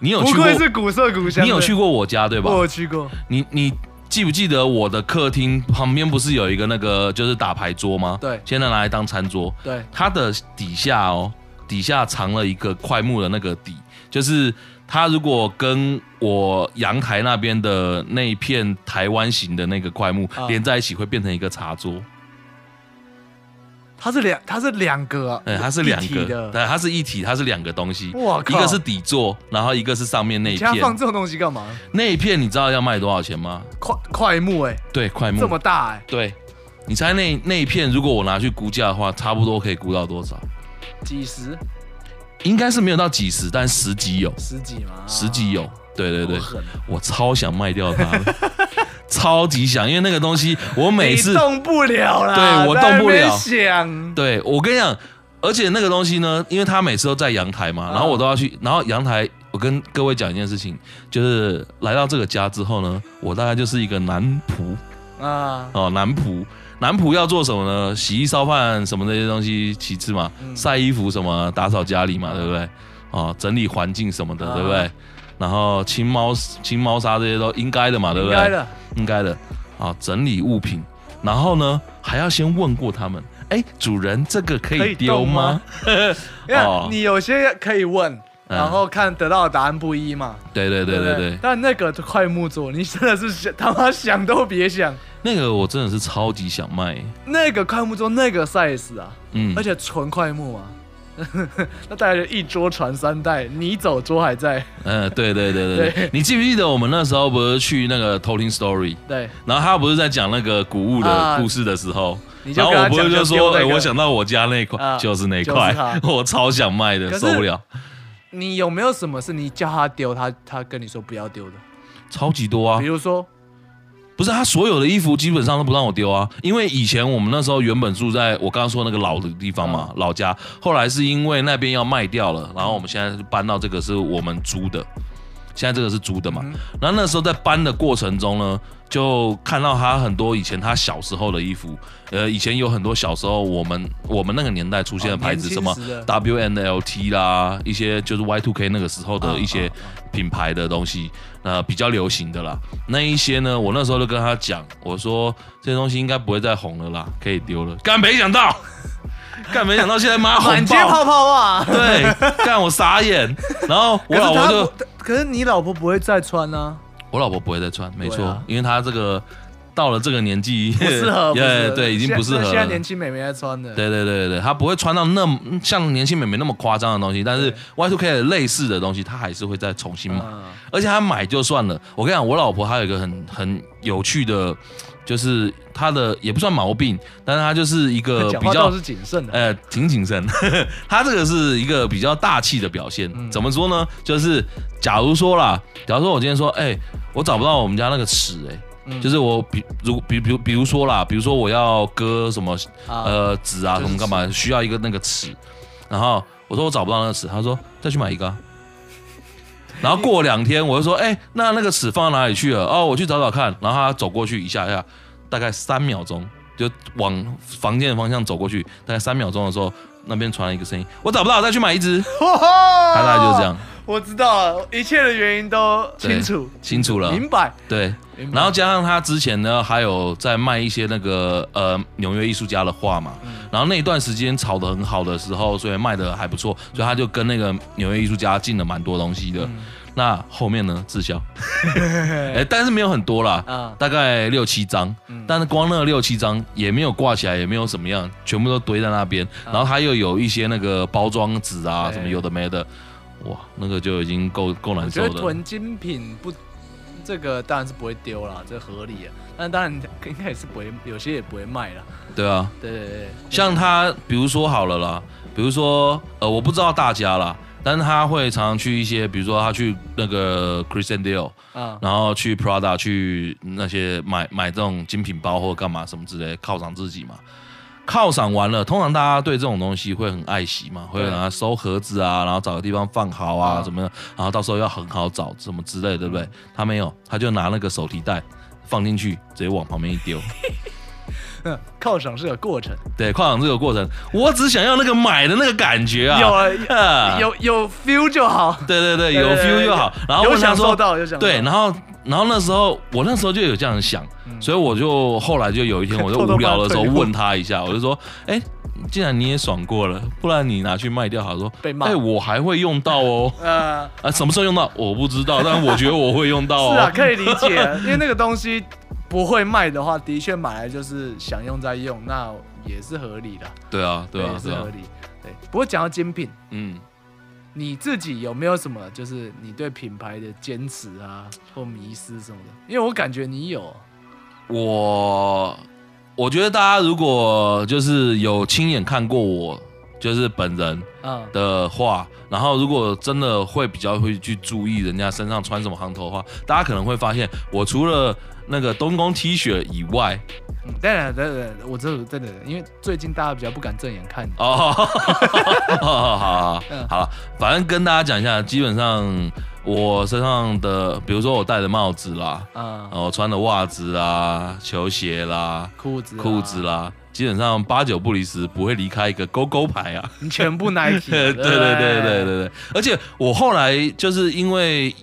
你有 <laughs> 不去过？愧是古色古香。你有去？过我家对吧？我有去过。你你记不记得我的客厅旁边不是有一个那个就是打牌桌吗？对现在拿来当餐桌。对，它的底下哦，底下藏了一个快木的那个底，就是它如果跟我阳台那边的那一片台湾型的那个快木、啊连在一起，会变成一个茶桌。它是两，它是两个啊。嗯，它是两一个体，的。对，它是一体，它是两个东西。哇一靠！个是底座，然后一个是上面那一家放片。这种东西干嘛？那一片你知道要卖多少钱吗？快快木哎，对，快这木么。大哎，对，你猜那那一片如果我拿去估价的话，差不多可以估到多少？几十应该是没有到几十，但十几有，十几吗？十几有。对对对啊好，狠哦我超想卖掉它的， <laughs> 超级想，因为那个东西我每次你动不了啦，对我动不了在那边想对我跟你讲，而且那个东西呢，因为它每次都在阳台嘛，嗯然后我都要去，然后阳台。我跟各位讲一件事情，就是来到这个家之后呢，我大概就是一个男仆啊，哦，男仆，男仆要做什么呢？洗衣、烧饭什么这些东西其次嘛，嗯晒衣服什么，打扫家里嘛，对不对？哦，整理环境什么的，啊对不对？然后清猫、清猫砂这些都应该的嘛，对不应对？该的。应该的啊，整理物品，然后呢还要先问过他们，哎，主人这个可可以以丢动吗吗？因哦为你有些可以问，嗯然后看得到的答案不一嘛。对对对不对对，但那个快木座，你真的是想他妈想都别想。那个我真的是超级想卖，那个快木座那个 size 啊， <laughs> 嗯而，且纯快木啊， <laughs> 那大概就一桌传三代，你走桌还在。呃，对对对对对对，你记不记得我们那时候不是去那个 Tolling Story，对，然后他不是在讲那个古物的啊故事的时候，你就然后跟他我不是讲就就说，丢哎，那个我想到我家那一块啊就是那一就是块它， <laughs> 我超想卖的，可受不是了，你有没有什么是你叫他丢，他他跟你说不要丢的？超级多啊比，如说，不是他所有的衣服基本上都不让我丢啊，因为以前我们那时候原本住在我刚刚说那个老的地方嘛，老家。后来是因为那边要卖掉了，然后我们现在就搬到这个是我们租的，现在这个是租的嘛。嗯然后那时候在搬的过程中呢，就看到他很多以前他小时候的衣服，呃，以前有很多小时候我们我们那个年代出现的哦牌子，年什轻么时的 WNLT 啦，一些就是 Y2K 那个时候啊的一些品牌的东西，呃，比较流行的啦。那一些呢，我那时候就跟他讲，我说这些东西应该不会再红了啦，可以丢了。干没想到，干没想到现在妈红满街爆，泡泡袜。对，干我傻眼。然后我老婆就， <laughs> 可是他不可是你老婆不会再穿啊，我老婆不会再穿，没错，对啊因为她这个到了这个年纪，不 <laughs> 适合，不适合对对，已经不适合现在现在了。年轻美眉在穿的，对对对对对，她不会穿到那么像年轻美眉那么夸张的东西，但是 Y2K 的类似的东西，她还是会再重新买。嗯，而且她买就算了，我跟你讲，我老婆她有一个很很有趣的，就是她的也不算毛病，但是她就是一个讲呃比话较倒是谨慎的，啊呃挺谨慎， <laughs> 她这个是一个比较大气的表现。嗯怎么说呢？就是假如说啦，假如说我今天说，哎、我找不到我们家那个尺、哎。嗯就是我比如比比如比如说啦，比如说我要割什么啊呃纸啊就什是么干嘛，需要一个那个尺，然后我说我找不到那个尺，他说再去买一个啊、然后过两天我就说，哎、那那个尺放到哪里去了？哦，我去找找看。然后他走过去一下下，大概三秒钟，就往房间的方向走过去，大概三秒钟的时候，那边传来一个声音，我找不到，再去买一只。 <laughs> 他他大概就是这样，我知道了，一切的原因都清楚，清楚了，明白。对。明白然后加上他之前呢，还有在卖一些那个呃纽约艺术家的画嘛，嗯然后那一段时间炒得很好的时候，所以卖的还不错，所以他就跟那个纽约艺术家进了蛮多东西嗯的。那后面呢，滞 <laughs> 销，哎、但是没有很多啦，啊大概六七张，嗯但是光那六七张也没有挂起来，也没有怎么样，全部都堆在那边。然后他又有一些那个包装纸啊，啊对什么有的没的，哇，那个就已经够够难我受觉得的。囤精品不，这个当然是不会丢啦，这合理啊。但当然应该也是不会，有些也不会卖啦。对啊，对对对，像他，比如说好了啦，比如说呃，我不知道大家啦，但是他会常常去一些，比如说他去那个 Christian Dior，啊然后去 Prada 去那些买买这种精品包或干嘛什么之类，犒赏自己嘛。犒赏完了，通常大家对这种东西会很爱惜嘛，会对拿收盒子啊，然后找个地方放好啊，嗯怎么样，然后到时候要很好找，什么之类的，对不对？他没有，他就拿那个手提袋放进去，直接往旁边一丢。嗯犒赏是个过程，对，犒赏这个过程，我只想要那个买的那个感觉啊，有啊 <laughs> 啊有有 feel 就好，对对对，有对对对 feel 就好。然后有问他享说受，到有享受到，对，然后然后那时候我那时候就有这样想，所以我就后来就有一天我就嗯偷偷无聊的时候帮他退货问他一下，我就说，哎，既然你也爽过了，不然你拿去卖掉好了。说被骂哎，我还会用到哦。呃，啊，什么时候用到我不知道，但我觉得我会用到哦。 <laughs> 是啊，可以理解，因为那个东西不会卖的话，的确买来就是想用再用，那也是合理的，对啊，对啊也，对是啊合，理。对，不过讲到精品，嗯。你自己有没有什么就是你对品牌的坚持啊，或迷失什么的？因为我感觉你有，我我觉得大家如果就是有亲眼看过我，就是本人嗯，的话，然后如果真的会比较会去注意人家身上穿什么行头的话，大家可能会发现我除了那个东宫 T 恤以外，嗯当然，当然，我这真的，因为最近大家比较不敢正眼看你，哦， <laughs> 好好好嗯好了，反正跟大家讲一下，基本上我身上的，比如说我戴的帽子啦，啊、然后我穿的袜子啦、球鞋啦、裤子、啊裤子，啦，基本上八九不离十，不会离开一个勾勾牌啊。你全部 <laughs> Nike，对对不对对对对，对，而且我后来就是因为。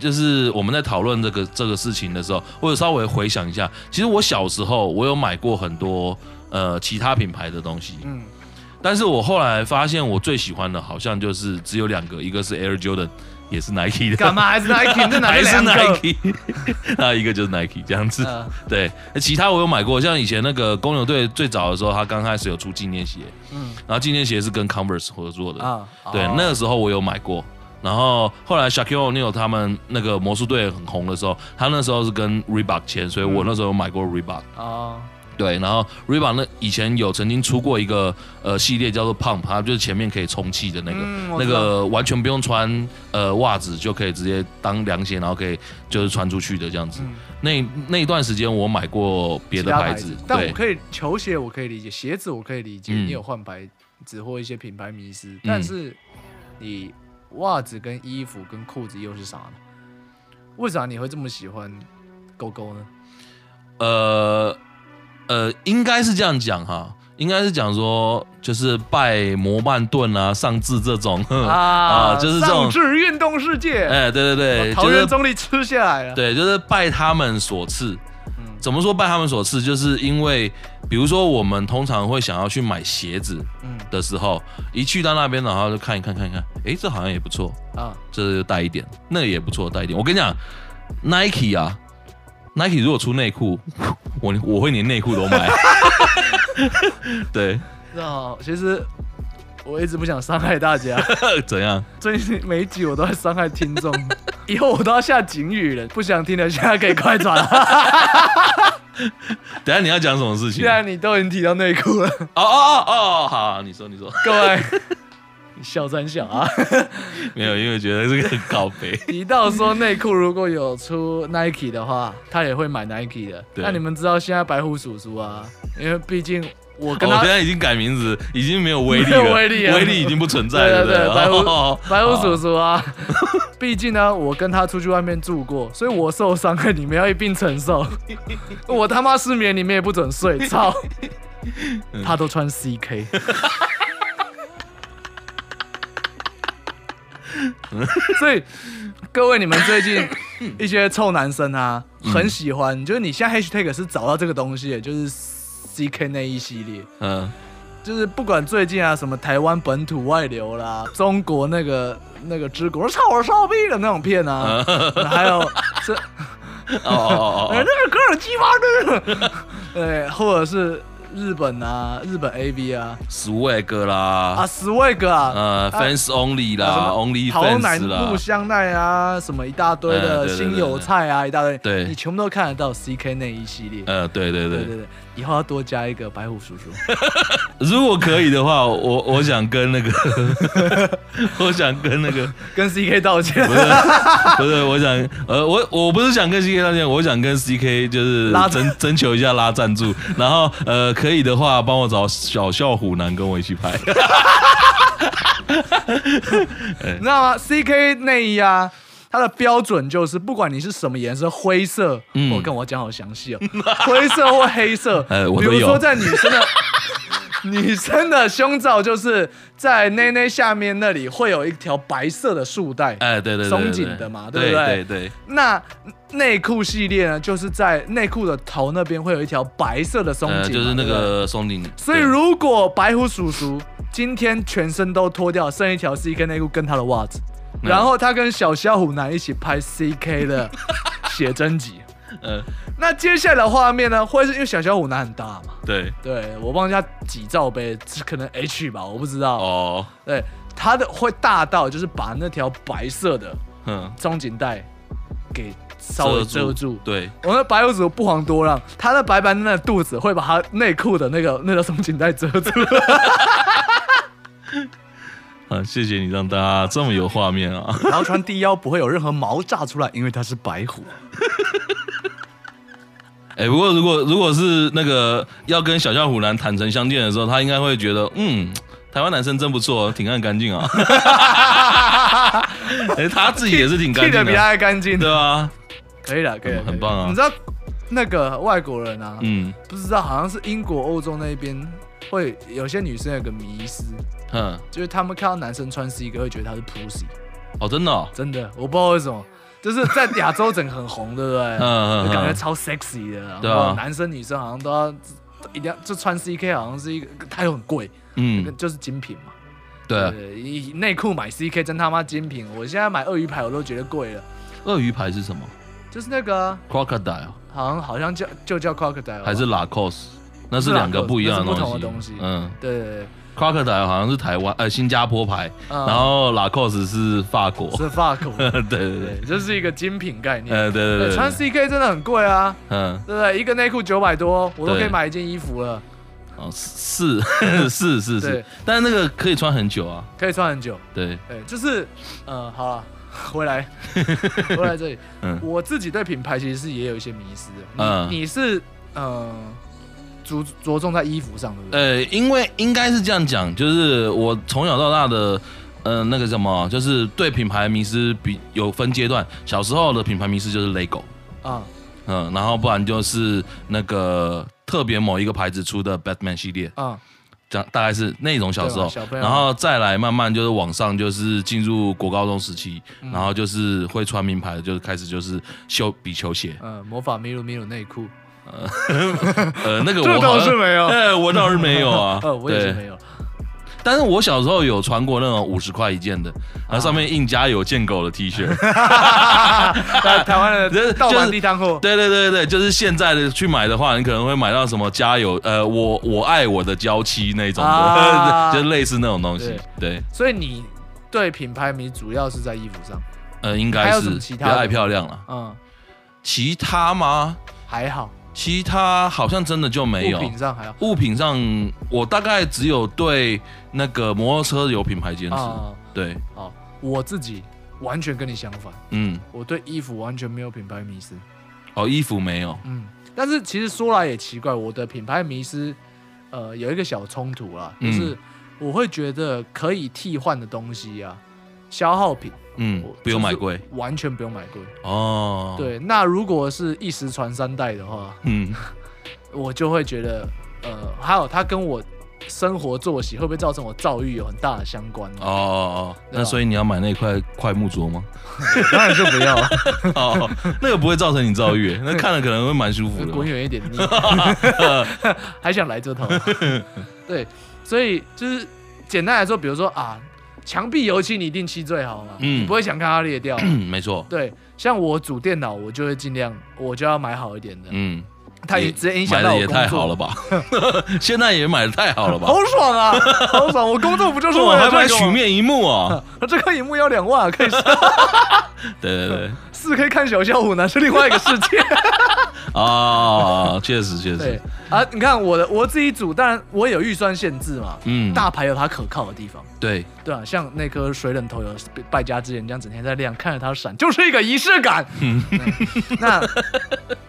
就是我们在讨论这个这个事情的时候，我有稍微回想一下，其实我小时候我有买过很多呃其他品牌的东西，嗯，但是我后来发现我最喜欢的好像就是只有两个，一个是 Air Jordan，也是 Nike 的，干嘛还是 Nike？你在 <laughs> <laughs> 哪还里是两个？ Nike，那一个就是 Nike 这样子。嗯 <laughs> 对，其他我有买过，像以前那个公牛队最早的时候，他刚开始有出纪念鞋，嗯然后纪念鞋是跟 Converse 合作的，啊，对，哦那个时候我有买过。然后后来 Shaquille O'Neal 他们那个魔术队很红的时候，他那时候是跟 Reebok 签，所以嗯我那时候有买过 Reebok。哦，对，然后 Reebok 那以前有曾经出过一个呃系列叫做 Pump，它就是前面可以充气的那个，嗯我那知道个完全不用穿呃袜子就可以直接当凉鞋，然后可以就是穿出去的这样子。嗯那那一段时间我买过别的其他牌牌子，但对我，可以球鞋我可以理解，鞋子我可以理解，嗯你有换牌子或一些品牌迷失，但是你袜子跟衣服跟裤子又是啥呢？为啥你会这么喜欢勾勾呢？呃呃，应该是这样讲哈，应该是讲说就是拜摩曼顿啊、上智这种，啊、 <laughs> 啊就是这种上至运动世界，哎，对对对，就我桃是园中立吃下来 <laughs> 了。对，就是拜他们所赐。嗯怎么说拜他们所赐？就是因为，比如说我们通常会想要去买鞋子嗯的时候，一去到那边，然后就看一看，看一看，诶，这好像也不错，啊，这就带一点，那个也不错，带一点。我跟你讲，Nike 啊，Nike 如果出内裤，我我会连内裤都买。 <laughs> 对， <laughs> 那其实我一直不想伤害大家，怎样？最近每一集我都在伤害听众， <laughs> 以后我都要下警语了，不想听的现在可以快转 <laughs> 了。等一下你要讲什么事情既？然你都已经提到内裤了，哦哦哦哦，好，你说你说，各位，你笑三笑啊！没有，因为觉得这个很靠背。 <laughs> 提到说内裤如果有出 Nike 的话，他也会买 Nike 的。对那你们知道现在白虎叔叔啊，因为毕竟哦我跟我他、哦现在已经改名字，已经没有威力没了，有威力了已经不存在对了，对啊对，不白虎、 <laughs> 哦白虎叔叔啊， <laughs> 毕竟呢，我跟他出去外面住过，所以我受伤了，你们要一并 <laughs> 承受。我他妈失眠，你们也不准睡，操！嗯他都穿 CK，所以各位你们最近一些臭男生啊，嗯很喜欢，就是你现在 hashtag 是找到这个东西的，就是 CK 那一系列。嗯，就是不管最近啊，什么台湾本土外 <laughs> 流啦，中国那个那个之国操我烧逼的那种片 <laughs> 啊，还有是哦哦哦哎哦，那是戈尔基巴 <laughs> 的，对，或者是日本啊，日本 A V 啊， swag 啊啦， ，swag 啊，呃，fans only 啦啊什么，only 桃奶 fans 木啦，香奈啊，什么一大堆哎对对的对新油菜啊，一大堆，对你全部都看得到 CK 内衣系列，呃，对对对对对，对，以后要多加一个白虎叔叔，如果可以的话，我我想跟那个， <laughs> 我想跟那个，跟 CK 道歉不，是不是，我想呃，我我不是想跟 CK 道歉，我想跟 CK 就是拉征征求一下拉赞助，然后呃，可可以的话，帮我找小笑虎男跟我一起拍。你知道吗？CK 内衣啊，它的标准就是不管你是什么颜色，灰色，嗯我跟我讲好详细哦，灰色或黑 <laughs> 色，呃我比都如说有在女生的 <laughs> 女生的胸罩，就是在内内下面那里会有一条白色的束带，哎，对对对对，松紧的嘛对对不对对对，那内裤系列呢，就是在内裤的头那边会有一条白色的松紧嘛、呃，就是那对不对。个松紧。所以对如果白虎叔叔今天全身都脱掉，剩一条 CK 内裤跟他的袜子，嗯然后他跟小小虎男一起拍 CK 的写 <laughs> 真集，呃，那接下来的画面呢，会是因为小小虎男很大嘛？对对我忘记他几罩杯，可能 H 吧，我不知道。哦，对，他的会大到就是把那条白色的哼，松紧带给稍微遮住。对，我们的白虎组不遑多让，他的白白嫩嫩的肚子会把他内裤的那个那条松紧带遮住。嗯，谢谢你让大家这么有画面啊。 <laughs> 然后穿低腰不会有任何毛炸出来，因为它是白 <laughs> 虎。哎，不过如果如果是那个要跟小笑虎男坦诚相见的时候，他应该会觉得，嗯，台湾男生真不错，挺爱干净啊。 <laughs> 哎，他自己也是挺干剃的净比他的，还干净。对啊，可以了，可以了，很棒啊可以了你知道那个外国人啊，嗯，不知道好像是英国、欧洲那边会有些女生有个迷思，哼，就是就是他们看到男生穿 C 哥会觉得他是 pussy，哦，真的哦，真的，我不知道为什么。就是在亚洲整个很红，对不对？ <laughs> 嗯嗯就感觉超 sexy 的。对啊然后男生女生好像都要一定要就穿 CK，好像是一个，它又很贵，嗯，就是精品嘛。对啊，对，以内裤买 CK 真他妈精品，我现在买鳄鱼牌我都觉得贵了，鳄鱼牌是什么就是那个啊？Crocodile 好像好像叫就叫 crocodile，吧还是 Lacos？那是是两个 Lacoste，不一样那是不的同东的西东西。嗯对对对， ，Crocodile 好像是台湾呃新加坡牌，嗯然后 Lacos 是法国。是法国， <laughs> 对对对对，，这是一个精品概念。呃对 <laughs> 对对对，穿 CK 真的很贵啊，嗯对不对？一个内裤九百多，我都可以对买一件衣服了，哦是 <laughs> 是是对是，但是那个可以穿很久啊。可以穿很久。对，对，就是，呃，好了，回 <laughs> 来，回来这里，嗯我自己对品牌其实是也有一些迷失的。你、嗯你是呃着着重在衣服上，对不对？呃，因为应该是这样讲，就是我从小到大的。呃，那个什么，就是对品牌迷失比有分阶段。小时候的品牌迷失就是 LEGO，啊、嗯，然后不然就是那个特别某一个牌子出的 Batman 系列，啊、这样大概是那种小时对候啊小，朋友然后再来慢慢就是往上，就是进入国高中时期，嗯然后就是会穿名牌的，就是开始就是绣比球 <laughs> 鞋，呃，魔法咪路咪路内 <laughs> 裤，，呃，那个我好像，没有。哎，我倒是没有啊 <laughs> 呃，我也对是没有。但是我小时候有穿过那种五十块一件的，啊然后上面印加有贱狗的 T <laughs> 恤，台台湾 <laughs> 就是的盗版地摊货，对对对对，就是现在的去买的话，你可能会买到什么加油，呃，我我爱我的娇妻那种的，<laughs> 啊就是类似那种东西。对，所以你对品牌迷主要是在衣服上，呃，应还该有什是么其比他较的爱漂亮了。嗯，其他吗？还好，其他好像真的就没物有。品上还好物品上，我大概只有对那个摩托车有品牌坚持。啊。对，好，我自己完全跟你相反，嗯，我对衣服完全没有品牌迷失。哦，衣服没有，嗯，但是其实说来也奇怪，我的品牌迷失，呃，有一个小冲突啦，就嗯是我会觉得可以替换的东西啊，消耗品，嗯我，不用买就是贵完全不用买贵。哦。，对，那如果是一时传三代的话，嗯，我就会觉得，呃，还有它跟我生活作息会不会造成我躁郁有很大的相关哦哦哦， <laughs> 对吧啊那所以你要买那块块木桌 <laughs> 吗？当然是不要。哦，那个不会造成你躁 <laughs> 郁，那看了可能会蛮舒服就的。滚远一点，你 <laughs> 还想来这 <laughs> 头？对，所以就是简单来说，比如说啊，墙壁油漆你一定漆最好嘛，嗯你不会想看它裂掉嘛。 <laughs> <coughs> 嗯，没错，对，像我组电脑，我就会尽量，我就要买好一点的，嗯，它也也直接影响买到的我也工太作好了，吧？ <laughs> 现在也买的太好了吧？好爽啊，好爽！我 <laughs> 工作 <laughs> 不就是说为我还了买这个曲吗？面一幕 <laughs> 啊？这个荧幕要两万啊，可以对对 <laughs> 对，四 K 看小笑虎呢，是另外一个 <laughs> 世界。啊，确实确对实， <laughs> 啊，你看我的我自己组，当然我有预算限制嘛，嗯，大牌有它可靠的地方。对，对啊，像那颗水冷头有 <laughs> 败家之眼这样整天在亮，看着它闪，就是一个仪式感。嗯那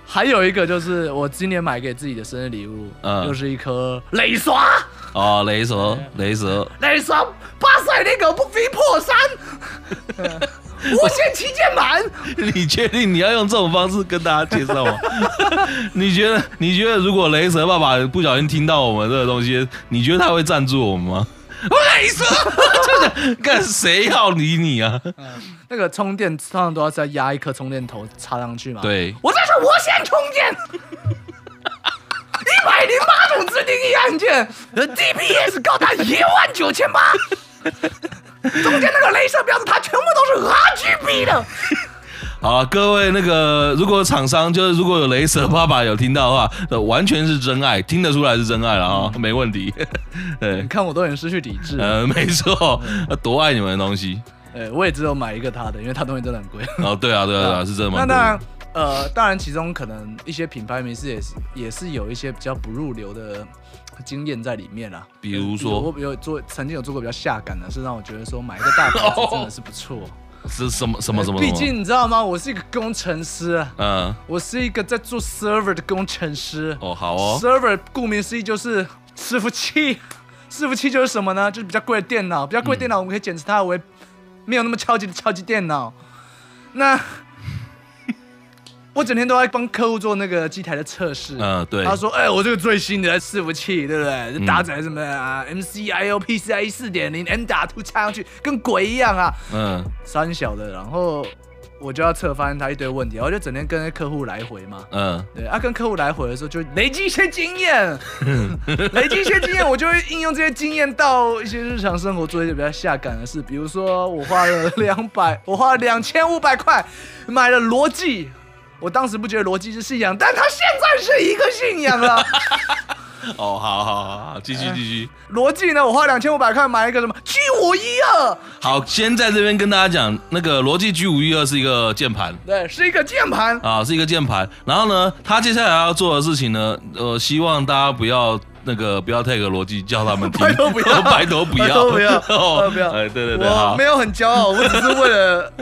还有一个就是我今年买给自己的生日礼物，嗯就是一颗雷刷，哦，雷蛇，雷蛇， <laughs> 雷刷八塞那个不逼破三，无限期限满。你确定你要用这种方式跟大家介绍吗？ <laughs> 你觉得，你觉得如果雷蛇爸爸不小心听到我们这个东西，你觉得他会赞助我们吗？ <laughs> 雷蛇，就是干谁要理你啊？那个充电通常都要再压一颗充电头插上去嘛。，对，我这是无线充电，一百零八种自定义按键呃，DPS 高达一万九千八，中间那个镭射标志它全部都是 RGB 的。好啊，各位那个，如果厂商就是如果有雷蛇爸爸有听到的话，呃完全是真爱，听得出来是真爱了啊、没问题。 <laughs> 对你，看我都很失去理智，呃，没错，呃多爱你们的东西。呃，我也只有买一个它的，因为它东西真的很贵。哦，对啊，对啊，对啊，是真的那蛮贵当的然。，呃，当然，其中可能一些品牌名是也是也是有一些比较不入流的经验在里面啦。比如有说我有做曾经有做过比较下感的，是让我觉得说买一个大牌子真的是不错。哎是什哦么什么什么？毕什么，竟你知道吗？我是一个工程师啊，嗯，我是一个在做 server 的工程师。哦，好哦， server 顾名思义就是伺服器，伺服器就是什么呢？就是比较贵的电脑，比较贵的电脑我们可以简称它为没有那么超级的超级电脑。那 <laughs> 我整天都在帮客户做那个机台的测试。嗯，对，他说：“哎、我这个最新的伺服器，对不对？这搭载什么啊、m c i o PCIe 四点零 M 打图插上去，跟鬼一样啊！嗯，三小的，然后我就要测发现他一堆问题，然后就整天跟客户来回嘛。嗯，对啊，跟客户来回的时候就累积一些经验， <laughs> 累积一些经验，我就会应用这些经验到一些日常生活做一些比较下感的事，比如说我花了两百，我花了两千五百块买了逻辑，我当时不觉得逻辑是信仰，但它现在是一个信仰了。哦，好好好好，继续继续。逻辑呢，我花两千五百块买一个什么 G 五一二， <laughs> 好，先在这边跟大家讲，那个逻辑 G 五一二是一个键盘，对，是一个键盘，啊，是一个键盘。然后呢，他接下来要做的事情呢，呃，希望大家不要那个不要 take 逻辑叫他们听，拜托不 <laughs> 要拜托不要，拜托不要 <laughs> 哦拜托不要哎，对对对，我好没，有很骄傲，我只是为了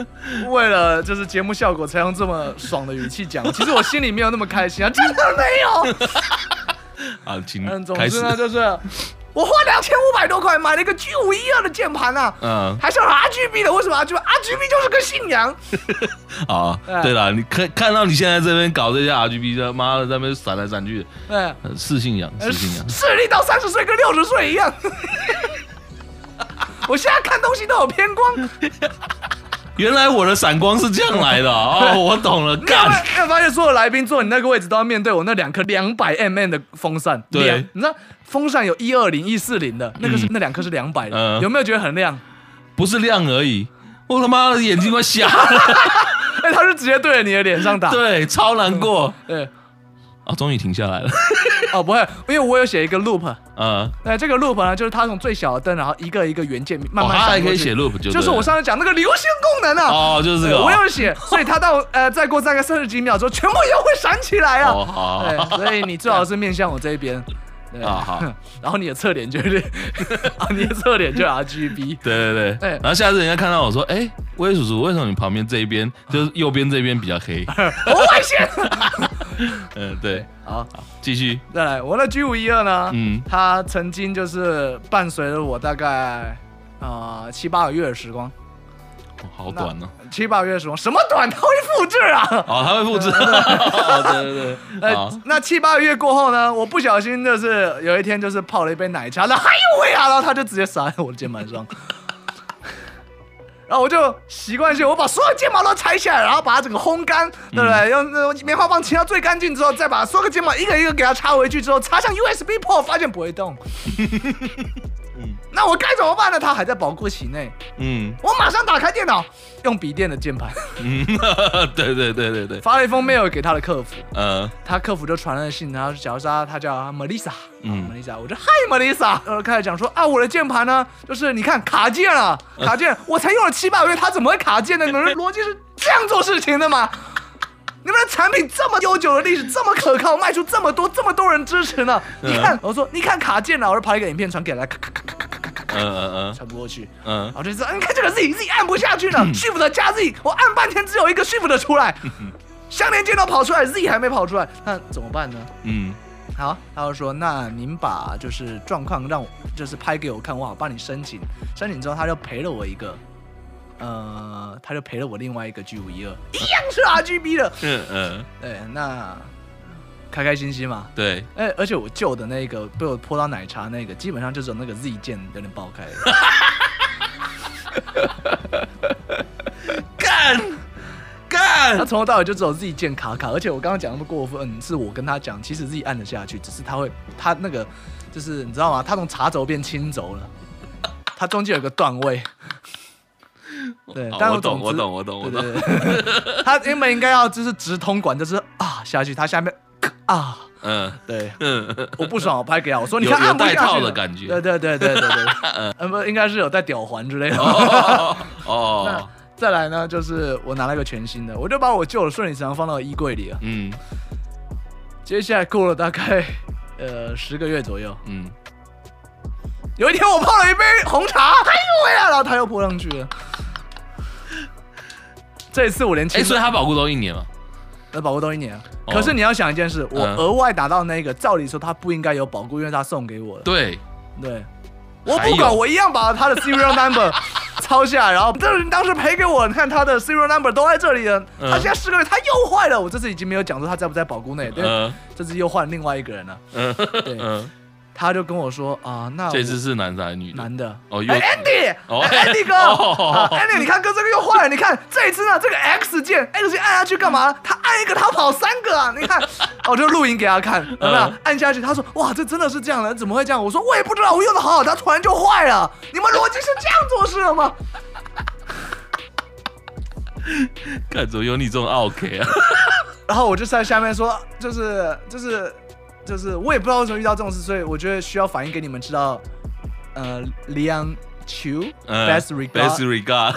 <laughs> 为了就是节目效果才用这么爽的语气讲。其实我心里没有那么开心啊， <laughs> 真的没有。啊，请嗯，总开始之，呢，就是我花两千五百多块买了一个 G 五一二的键盘啊，嗯，还是 RGB 的，为什么 RGB？RGB 就是个信仰。 <laughs> 好，哎啊对了，你看看到你现在这边搞这些 RGB 的，妈的，在那边闪来闪去的，对，呃是信仰，是信仰，哎视力到三十岁跟六十岁一样。 <laughs> 我现在看东西都有偏光，原来我的闪光是这样来的啊哦，我懂了，你有没有干，你有没有发现所有来宾坐你那个位置都要面对我那两颗两百 mm 的风扇？对两，你知道风扇有一二零、一四零的，那个是、那两颗是两百的、嗯有没有觉得很亮？不是亮而已，我他妈的眼睛快瞎 <laughs> 了，哎，它是直接对着你的脸上打。对，超难过对，啊，终于停下来了， <laughs> 哦，不会，因为我有写一个 loop。嗯。对，这个 loop 呢，就是它从最小的灯，然后一个一个元件慢慢、哦它还可以写 loop 就对了就是我上次讲那个流星功能啊。哦，就是这对个哦，我有写，所以它到呃再过大概三十几秒之后，全部又会闪起来啊。哦好对，所以你最好是面向我这一边。对啊好， <laughs> 然后你的侧脸就是 <laughs> 啊，你的侧脸就 <laughs> 是 RGB。对对对，对然后下次人家看到我说，哎，威叔叔，为什么你旁边这一边就是右边这边比较黑？我外线。嗯，对， <laughs> 好，继续，再来，我的 G 五一二呢？嗯它曾经就是伴随了我大概啊七八个月的时光，哦好短哦，七八个月的时光什么短，它会复制啊。哦，他会复制，哦 <laughs> 对对对，呃好，， <laughs> 那七八个月过后呢，我不小心就是有一天就是泡了一杯奶茶，那哎呦喂啊，然后它就直接洒在我的键盘上，然后我就习惯性我把所有睫毛都拆下来，然后把它整个烘干，对不对？用那棉花棒清到最干净之后，再把所有个睫毛一个一个给它插回去之后，插向 USB port，发现不会动。那我该怎么办呢？它还在保护期内，嗯我马上打开电脑，用笔电的键盘嗯， <laughs> 对对对对对，发了一封 mail 给他的客服，呃，他客服就传了信，然后假如说他叫他 Melissa，嗯嗯，Melissa，我就嗨 Melissa，然后开始讲说啊，我的键盘呢，就是你看卡键了，卡键，我才用了七八个月，它怎么会卡键呢？你们的逻辑是这样做事情的吗？你们的产品这么悠久的历史，这么可靠，卖出这么多，这么多人支持呢？你看，我说你看卡键了，我就拍了一个影片传给他，咔咔咔咔咔咔咔咔嗯嗯传不过去，嗯然后就嗯说，你看这个 Z Z 按不下去了，Shift 加 Z，我按半天只有一个 Shift 出来，相连接到跑出来，Z 还没跑出来，那怎么办呢？嗯，好，他就说，那您把就是状况让我就是拍给我看，我好帮你申请。申请之后，他就赔了我一个，呃，他就赔了我另外一个 G 五一二， <laughs> 一样是 RGB 的。嗯嗯，对，那开开心心嘛。对，哎，而且我旧的那个被我泼到奶茶那个，基本上就是那个 Z 键有点爆开。 <laughs> 干他干，从头到尾就只有 Z 键卡卡，而且我刚刚讲那么过分，是我跟他讲，其实 Z 按得下去，只是他会他那个就是你知道吗？他从茶轴变青轴了，他中间有个段 <laughs> 位。对，哦但我懂，总我之懂，。我懂，我对懂。对对， <laughs> 他原本应该要就是直通管，就是啊下去，他下面咔啊， <laughs> 嗯对，嗯，我不爽，我拍给他，我说你有看有按不带下套去的了感觉对对对对对 <laughs> 对，嗯，不应该是有带吊环之类的。哦那哦， <laughs> 再来呢，就是我拿了一个全新的，我就把我旧的顺理成章放到衣柜里了。嗯接下来过了大概呃十个月左右，嗯，有一天我泡了一杯红茶，哎呦喂啊，然后它又泼上去了。这一次我连哎，清所以他保护都一年嘛，呃保护都一年，哦可是你要想一件事，我嗯额外拿到那个，照理说它不应该有保护，因为它送给我了。对，对，我还不管，有我一样把它的 serial <laughs> number 抄下来，然后这人当时赔给我，你看他的 serial number 都在这里了，嗯他现在十个月他又坏了，我这次已经没有讲说他在不在保护内，对，嗯这次又换另外一个人了，嗯对，嗯，他就跟我说啊，那这我次是男的还是女的？男的。哦，又哎、Andy，哎、 <laughs> 哦 Andy 哥、哦啊、，Andy，你看哥这个又坏了，你看这一次呢，这个 X 键，X 键按下去干嘛？他按一个，他跑三个啊！ <laughs> 你看，啊我就录影给他看，有没有嗯？按下去，他说哇，这真的是这样的，怎么会这样？我说我也不知道，我用的好好的，他突然就坏了，你们逻辑是这样做事的 <laughs> 吗？干怎么有你这种 OK 啊？然后我就在下面说，就是就是就是，我也不知道为什么遇到这种事，所以我觉得需要反映给你们知道，呃，李昂球嗯 <laughs> best regard best <laughs> regard，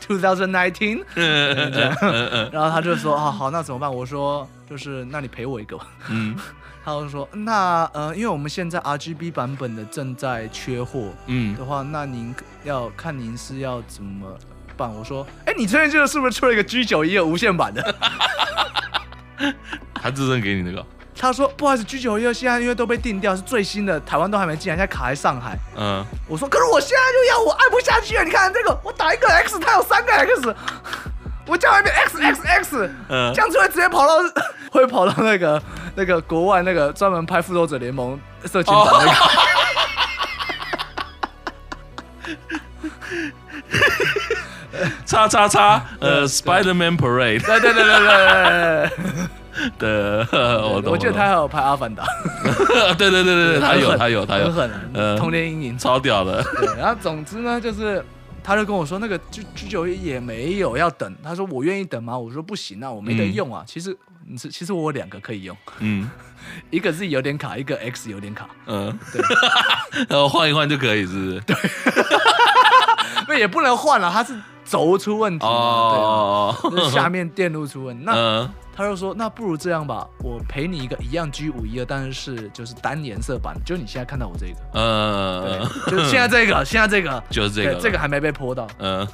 two thousand nineteen。嗯嗯嗯嗯嗯然后他就说啊好，那怎么办？我说就是那你赔我一个吧。 <laughs> 嗯他就说那呃，因为我们现在 RGB 版本的正在缺货嗯的话，那您要看您是要怎么办。我说哎，你最近这个是不是出了一个 G 九一的无线版的？ <laughs> 他自认给你那个，他说不好意思，G 九一现在因为都被定掉，是最新的，台湾都还没进来，现在卡在上海。嗯，我说可是我现在就要，我按不下去啊！你看这个，我打一个 X，它有三个 X，我叫外面 X X X。嗯这样子会直接跑到， <laughs> 会跑到那个那个国外那个专门拍《复仇者联盟》色情版那个。哦叉叉叉，呃，Spider-Man Parade 对对对对对对 <laughs> 的，呃对，我懂，我记得他还有拍《阿凡达》，懂， <laughs> 对对对对对，他有他有嗯他 <laughs> 很有，狠，童年阴影。超屌 <laughs> 的，对，然后总之呢，就是他就跟我说那个居居酒也没有要等，他说我愿意等吗？我说不行啊，我没得嗯用啊。其实你是其实我有两个可以用，嗯一个 Z 有点卡，一个 X 有点卡，嗯， <laughs> 然后呃换一换就可以，是不是？对，那也不能换了，它是轴出问题嘛，哦对啊，啊就是下面电路出问题。那嗯他就说：“那不如这样吧，我赔你一个一样 G 五一二，但是就是单颜色版，就你现在看到我这个，嗯，对，就现在这个，现在这个， <laughs> 就是这个，对，这个，还没被泼到，嗯，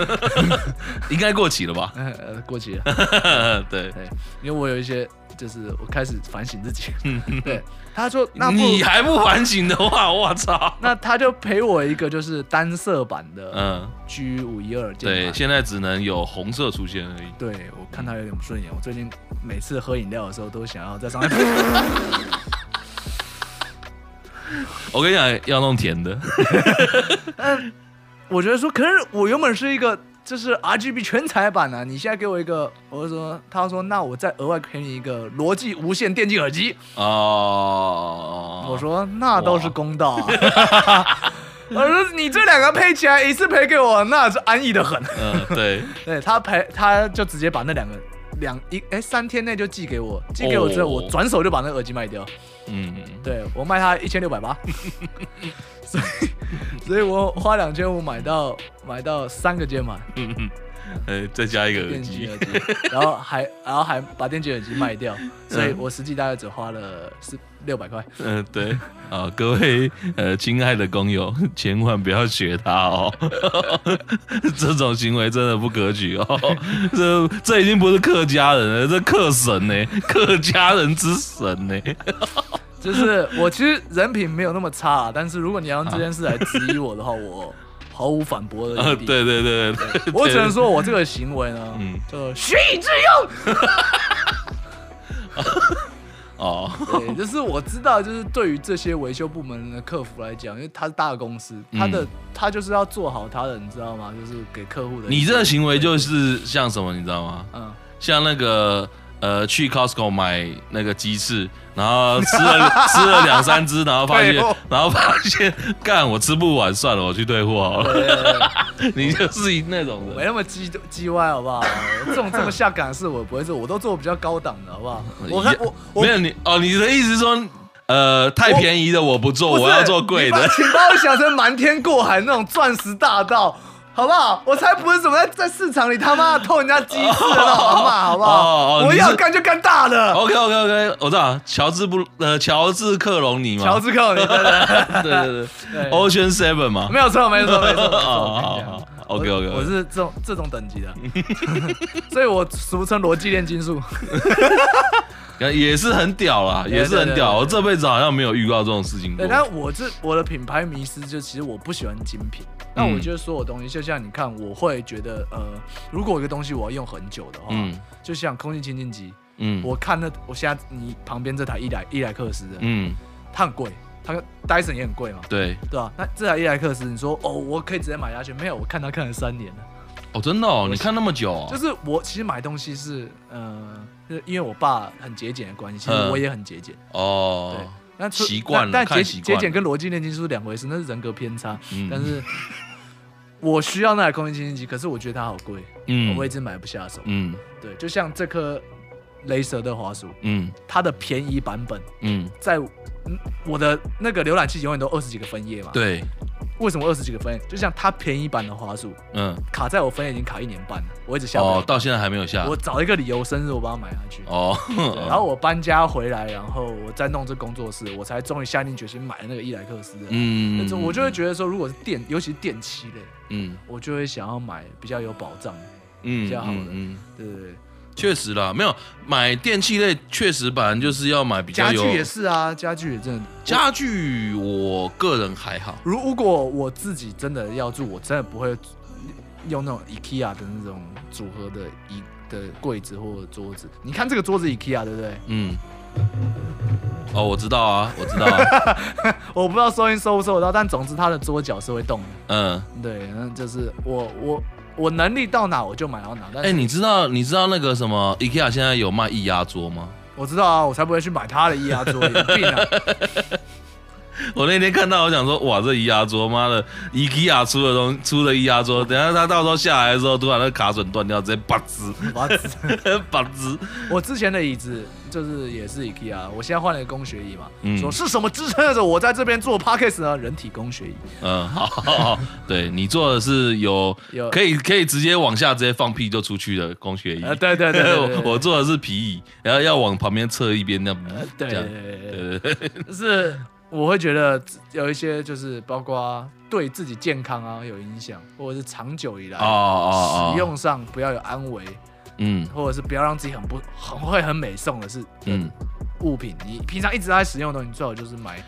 <laughs> 应该过期了吧？ <laughs> 呃，呃过期了，对，对，因为我有一些，就是我开始反省自己， <laughs> 对，他说那不如你还不反省的话，我操，那他就赔我一个就是单色版的嗯。 G 五一二键对，盘。”现在只能有红色出现而已。对，我看他有点不顺眼。我最近每次喝饮料的时候，都想要在上面我跟你讲，要弄甜 <laughs> 的。 <laughs> 我觉得说，可是我原本是一个就是 RGB 全彩版啊的、你现在给我一个，我就说，他说那我再额外给你一个罗技无线电竞耳机，哦，我说那倒是公道啊。 <laughs> 我说你这两个配起来一次赔给我，那是安逸的很。 <laughs> 嗯，对，对他赔，他就直接把那两个两一哎三天内就寄给我，寄给我之后，哦我转手就把那个耳机卖掉。嗯，对我卖它一千六百 <laughs> 八，所以所以我花两千五买到买到三个键盘，呃，再加一个耳电极机耳，机，然后还然后还把电极耳机卖掉，所以我实际大概只花了四六百块。嗯、对，啊、各位呃，亲爱的工友，千万不要学他哦， <laughs> 这种行为真的不可取哦， <laughs> 这这已经不是客家人了，这客神呢，客家人之神呢，就是我其实人品没有那么差啊，但是如果你要用这件事来质疑我的话，我毫无反驳 <laughs> <laughs> 的啊，余对对地。对对对，我只能说我这个行为呢，嗯就虚以致用。哦，对，就是我知道，就是对于这些维修部门的客服来讲，因为他是大公司，他的、嗯他就是要做好他的，你知道吗？就是给客户的。你这个行为就是像什么，你知道吗？嗯，像那个呃，去 Costco 买那个鸡翅，然后吃 <laughs> 了吃了两三只，然后发现退货，然后发现，干我吃不完，算了，我去退货好了。对对对 <laughs> 你就是那种没人，那么鸡鸡歪好不好？这种这么下岗的事我不会做，我都做比较高档的好不好？我看我我没有你哦，你的意思是说，呃，太便宜的我不做，不是我要做贵你把的。请把我想成瞒天过海那种钻石大盗，好不好？我才不是什么在在市场里他妈的偷人家鸡翅的那种阿嬷好不哦好？哦我你要是哦干就干 <laughs> 大的， OK OK OK，我知道乔治布呃乔治克隆尼嘛，乔治克隆，你对 <laughs> 对对对对对，Ocean Seven 嘛，没有错，没错，没错没错。我跟你讲 <laughs> 哦，OK 我我 OK，是这种这种等 <laughs> 级的，所以我俗称逻辑炼金术。也是很屌啦，也是很屌，对对对对我这辈子好像没有遇到这种事情过对，。但我这我的品牌迷失就其实我不喜欢精品。那嗯我觉得所有东西，就像你看，我会觉得呃，如果有一个东西我要用很久的话，嗯就像空气清净机，嗯，我看那我现在你旁边这台伊莱伊莱克斯的，嗯，它很贵，它跟 Dyson 也很贵嘛，对，对吧、那这台伊莱克斯，你说哦，我可以直接买下去？没有，我看它看了三年了。哦，真的哦，你看那么久、哦，就是我其实买东西是呃，就是因为我爸很节俭的关系，其实嗯我也很节俭。对哦，，那除习惯了但看但习惯节节了俭跟逻辑炼金术是两回事，那是人格偏差。嗯但是我需要那台空气清新机，可是我觉得它好贵，嗯我一直买不下手。嗯对，就像这颗雷蛇的滑鼠，嗯它的便宜版本嗯，在嗯我的那个浏览器永远都二十几个分页嘛。，对，为什么二十几个分页？就像它便宜版的滑鼠嗯，卡在我分页已经卡一年半了，我一直下不了哦，到现在还没有下我，找一个理由生日我把它买下去。哦，对然后我搬家回来，然后我再弄这工作室，我才终于下定决心买了那个伊莱克斯的。嗯那种我就会觉得说，如果是电，尤其是电器类，嗯我就会想要买比较有保障的，嗯比较好的嗯，嗯对对对。确实啦，没有买电器类，确实本来就是要买比较家具有也是啊，家具也真的。家具我个人还好，如如果我自己真的要住，我真的不会用那种 IKEA 的那种组合的一的柜子或桌子。你看这个桌子 IKEA 对不对？嗯。哦，我知道啊，我知道、啊，我不知道收音收不收得到，但总之它的桌角是会动的。嗯，对，那就是我我我能力到哪我就买到哪，但哎、是你知道你知道那个什么 IKEA 现在有卖易压桌吗？我知道啊，我才不会去买他的液压 <laughs> 桌，有病啊！我那天看到，我想说，哇，这移牙桌，妈的，IKEA 出的东出的移牙桌，等一下他到时候下来的时候，突然那卡榫断掉，直接拔枝，我要死 <laughs> 拔枝。 <laughs> 我之前的椅子就是也是 IKEA，我现在换了一个工学椅嘛，嗯说是什么支撑着我在这边做 podcast 呢？人体工学椅，嗯，好，好好，对你做的是有有可以可以直接往下直接放屁就出去的工学椅，呃，对对对对对 <laughs> 我我做的是皮椅，然后要往旁边侧一边那样，对这样，对对对对对，对，就是我会觉得有一些就是包括对自己健康啊有影响，或者是长久以来哦哦哦，啊使用上不要有安危，嗯或者是不要让自己很不很会很美送的是嗯，物品，你平常一直在使用的东西，你最好就是买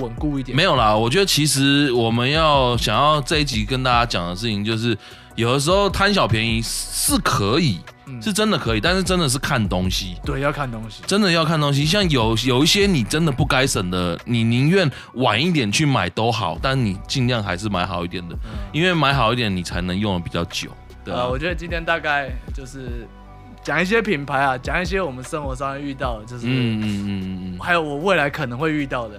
稳固一点。没有啦，我觉得其实我们要想要这一集跟大家讲的事情，就是有的时候贪小便宜是可以，嗯是真的可以，但是真的是看东西。对，要看东西。真的要看东西，像有有一些你真的不该省的，你宁愿晚一点去买都好，但你尽量还是买好一点的，因为买好一点你才能用的比较久。对啊嗯呃，我觉得今天大概就是讲一些品牌啊，讲一些我们生活上遇到的，就是、嗯嗯嗯嗯还有我未来可能会遇到的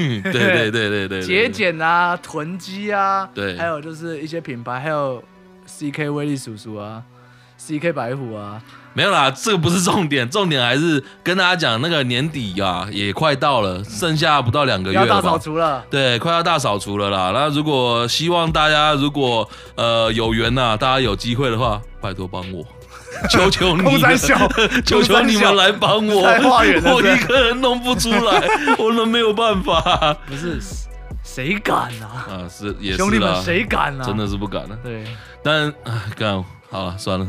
嗯， <laughs> 对对对对对对，节俭啊、囤积啊，对还有就是一些品牌，还有 CK 威力叔叔啊， CK 白虎啊，没有啦，这个不是重点，重点还是跟大家讲，那个年底啊也快到了，剩下不到两个月嗯要了大扫吧。除了。对，快要大扫除了啦。那如果希望大家如果呃有缘呐、大家有机会的话，拜托帮 <laughs> 我，求求你空了 <laughs> 三，小，求求你们来帮我，太化缘了我这一个人弄不出来，我能没有办法啊？不是谁敢啊？是也兄弟是们啦，谁敢啊？真的是不敢了。对，但啊，干好了， <laughs> 算了，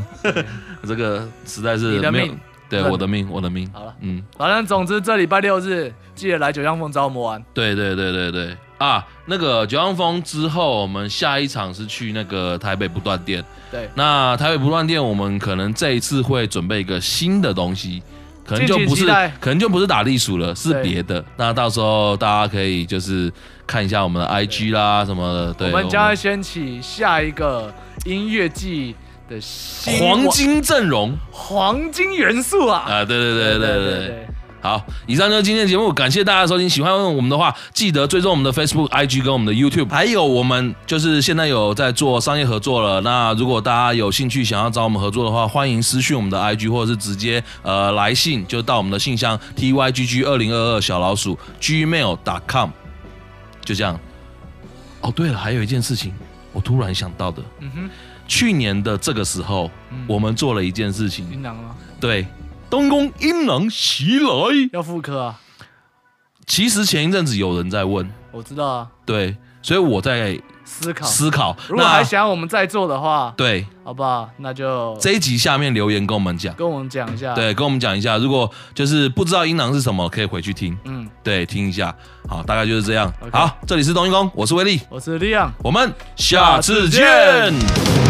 这个实在你是的没有命，对我的命，我的命。好了，嗯，反正总之这礼拜六日记得来九江凤找我们玩。对对对对对啊，那个九阳峰之后，我们下一场是去那个台北不断电。对，那台北不断电，我们可能这一次会准备一个新的东西，可能就敬请不是期待，可能就不是打地鼠了，是对别的。那到时候大家可以就是看一下我们的 IG 啦什么的。对，我们将会掀起下一个音乐季的新黄金阵容黄金元素啊！啊，对对对对对对。对，好，以上就是今天的节目，感谢大家的收听。喜欢我们的话，记得追踪我们的 Facebook、IG 跟我们的 YouTube，还有我们就是现在有在做商业合作了。那如果大家有兴趣想要找我们合作的话，欢迎私讯我们的 IG，或者是直接呃来信，就到我们的信箱 tygg 二零二二小老鼠 gmail.com，就这样。哦，对了，还有一件事情，我突然想到的，嗯哼，嗯去年的这个时候，我们做了一件事情，云南吗？对，东宫阴狼袭来。要复刻啊！其实前一阵子有人在问，我知道啊，对，所以我在思考。思考。如果还想要我们再做的话，对好不好？那就这一集下面留言跟我们讲，跟我们讲一下。，对，跟我们讲一下。如果就是不知道音囊是什么，可以回去听，嗯，对，听一下。好，大概就是这样。 OK 好，这里是冬阴功，我是威力，我是 Leon。我们下次见。下次见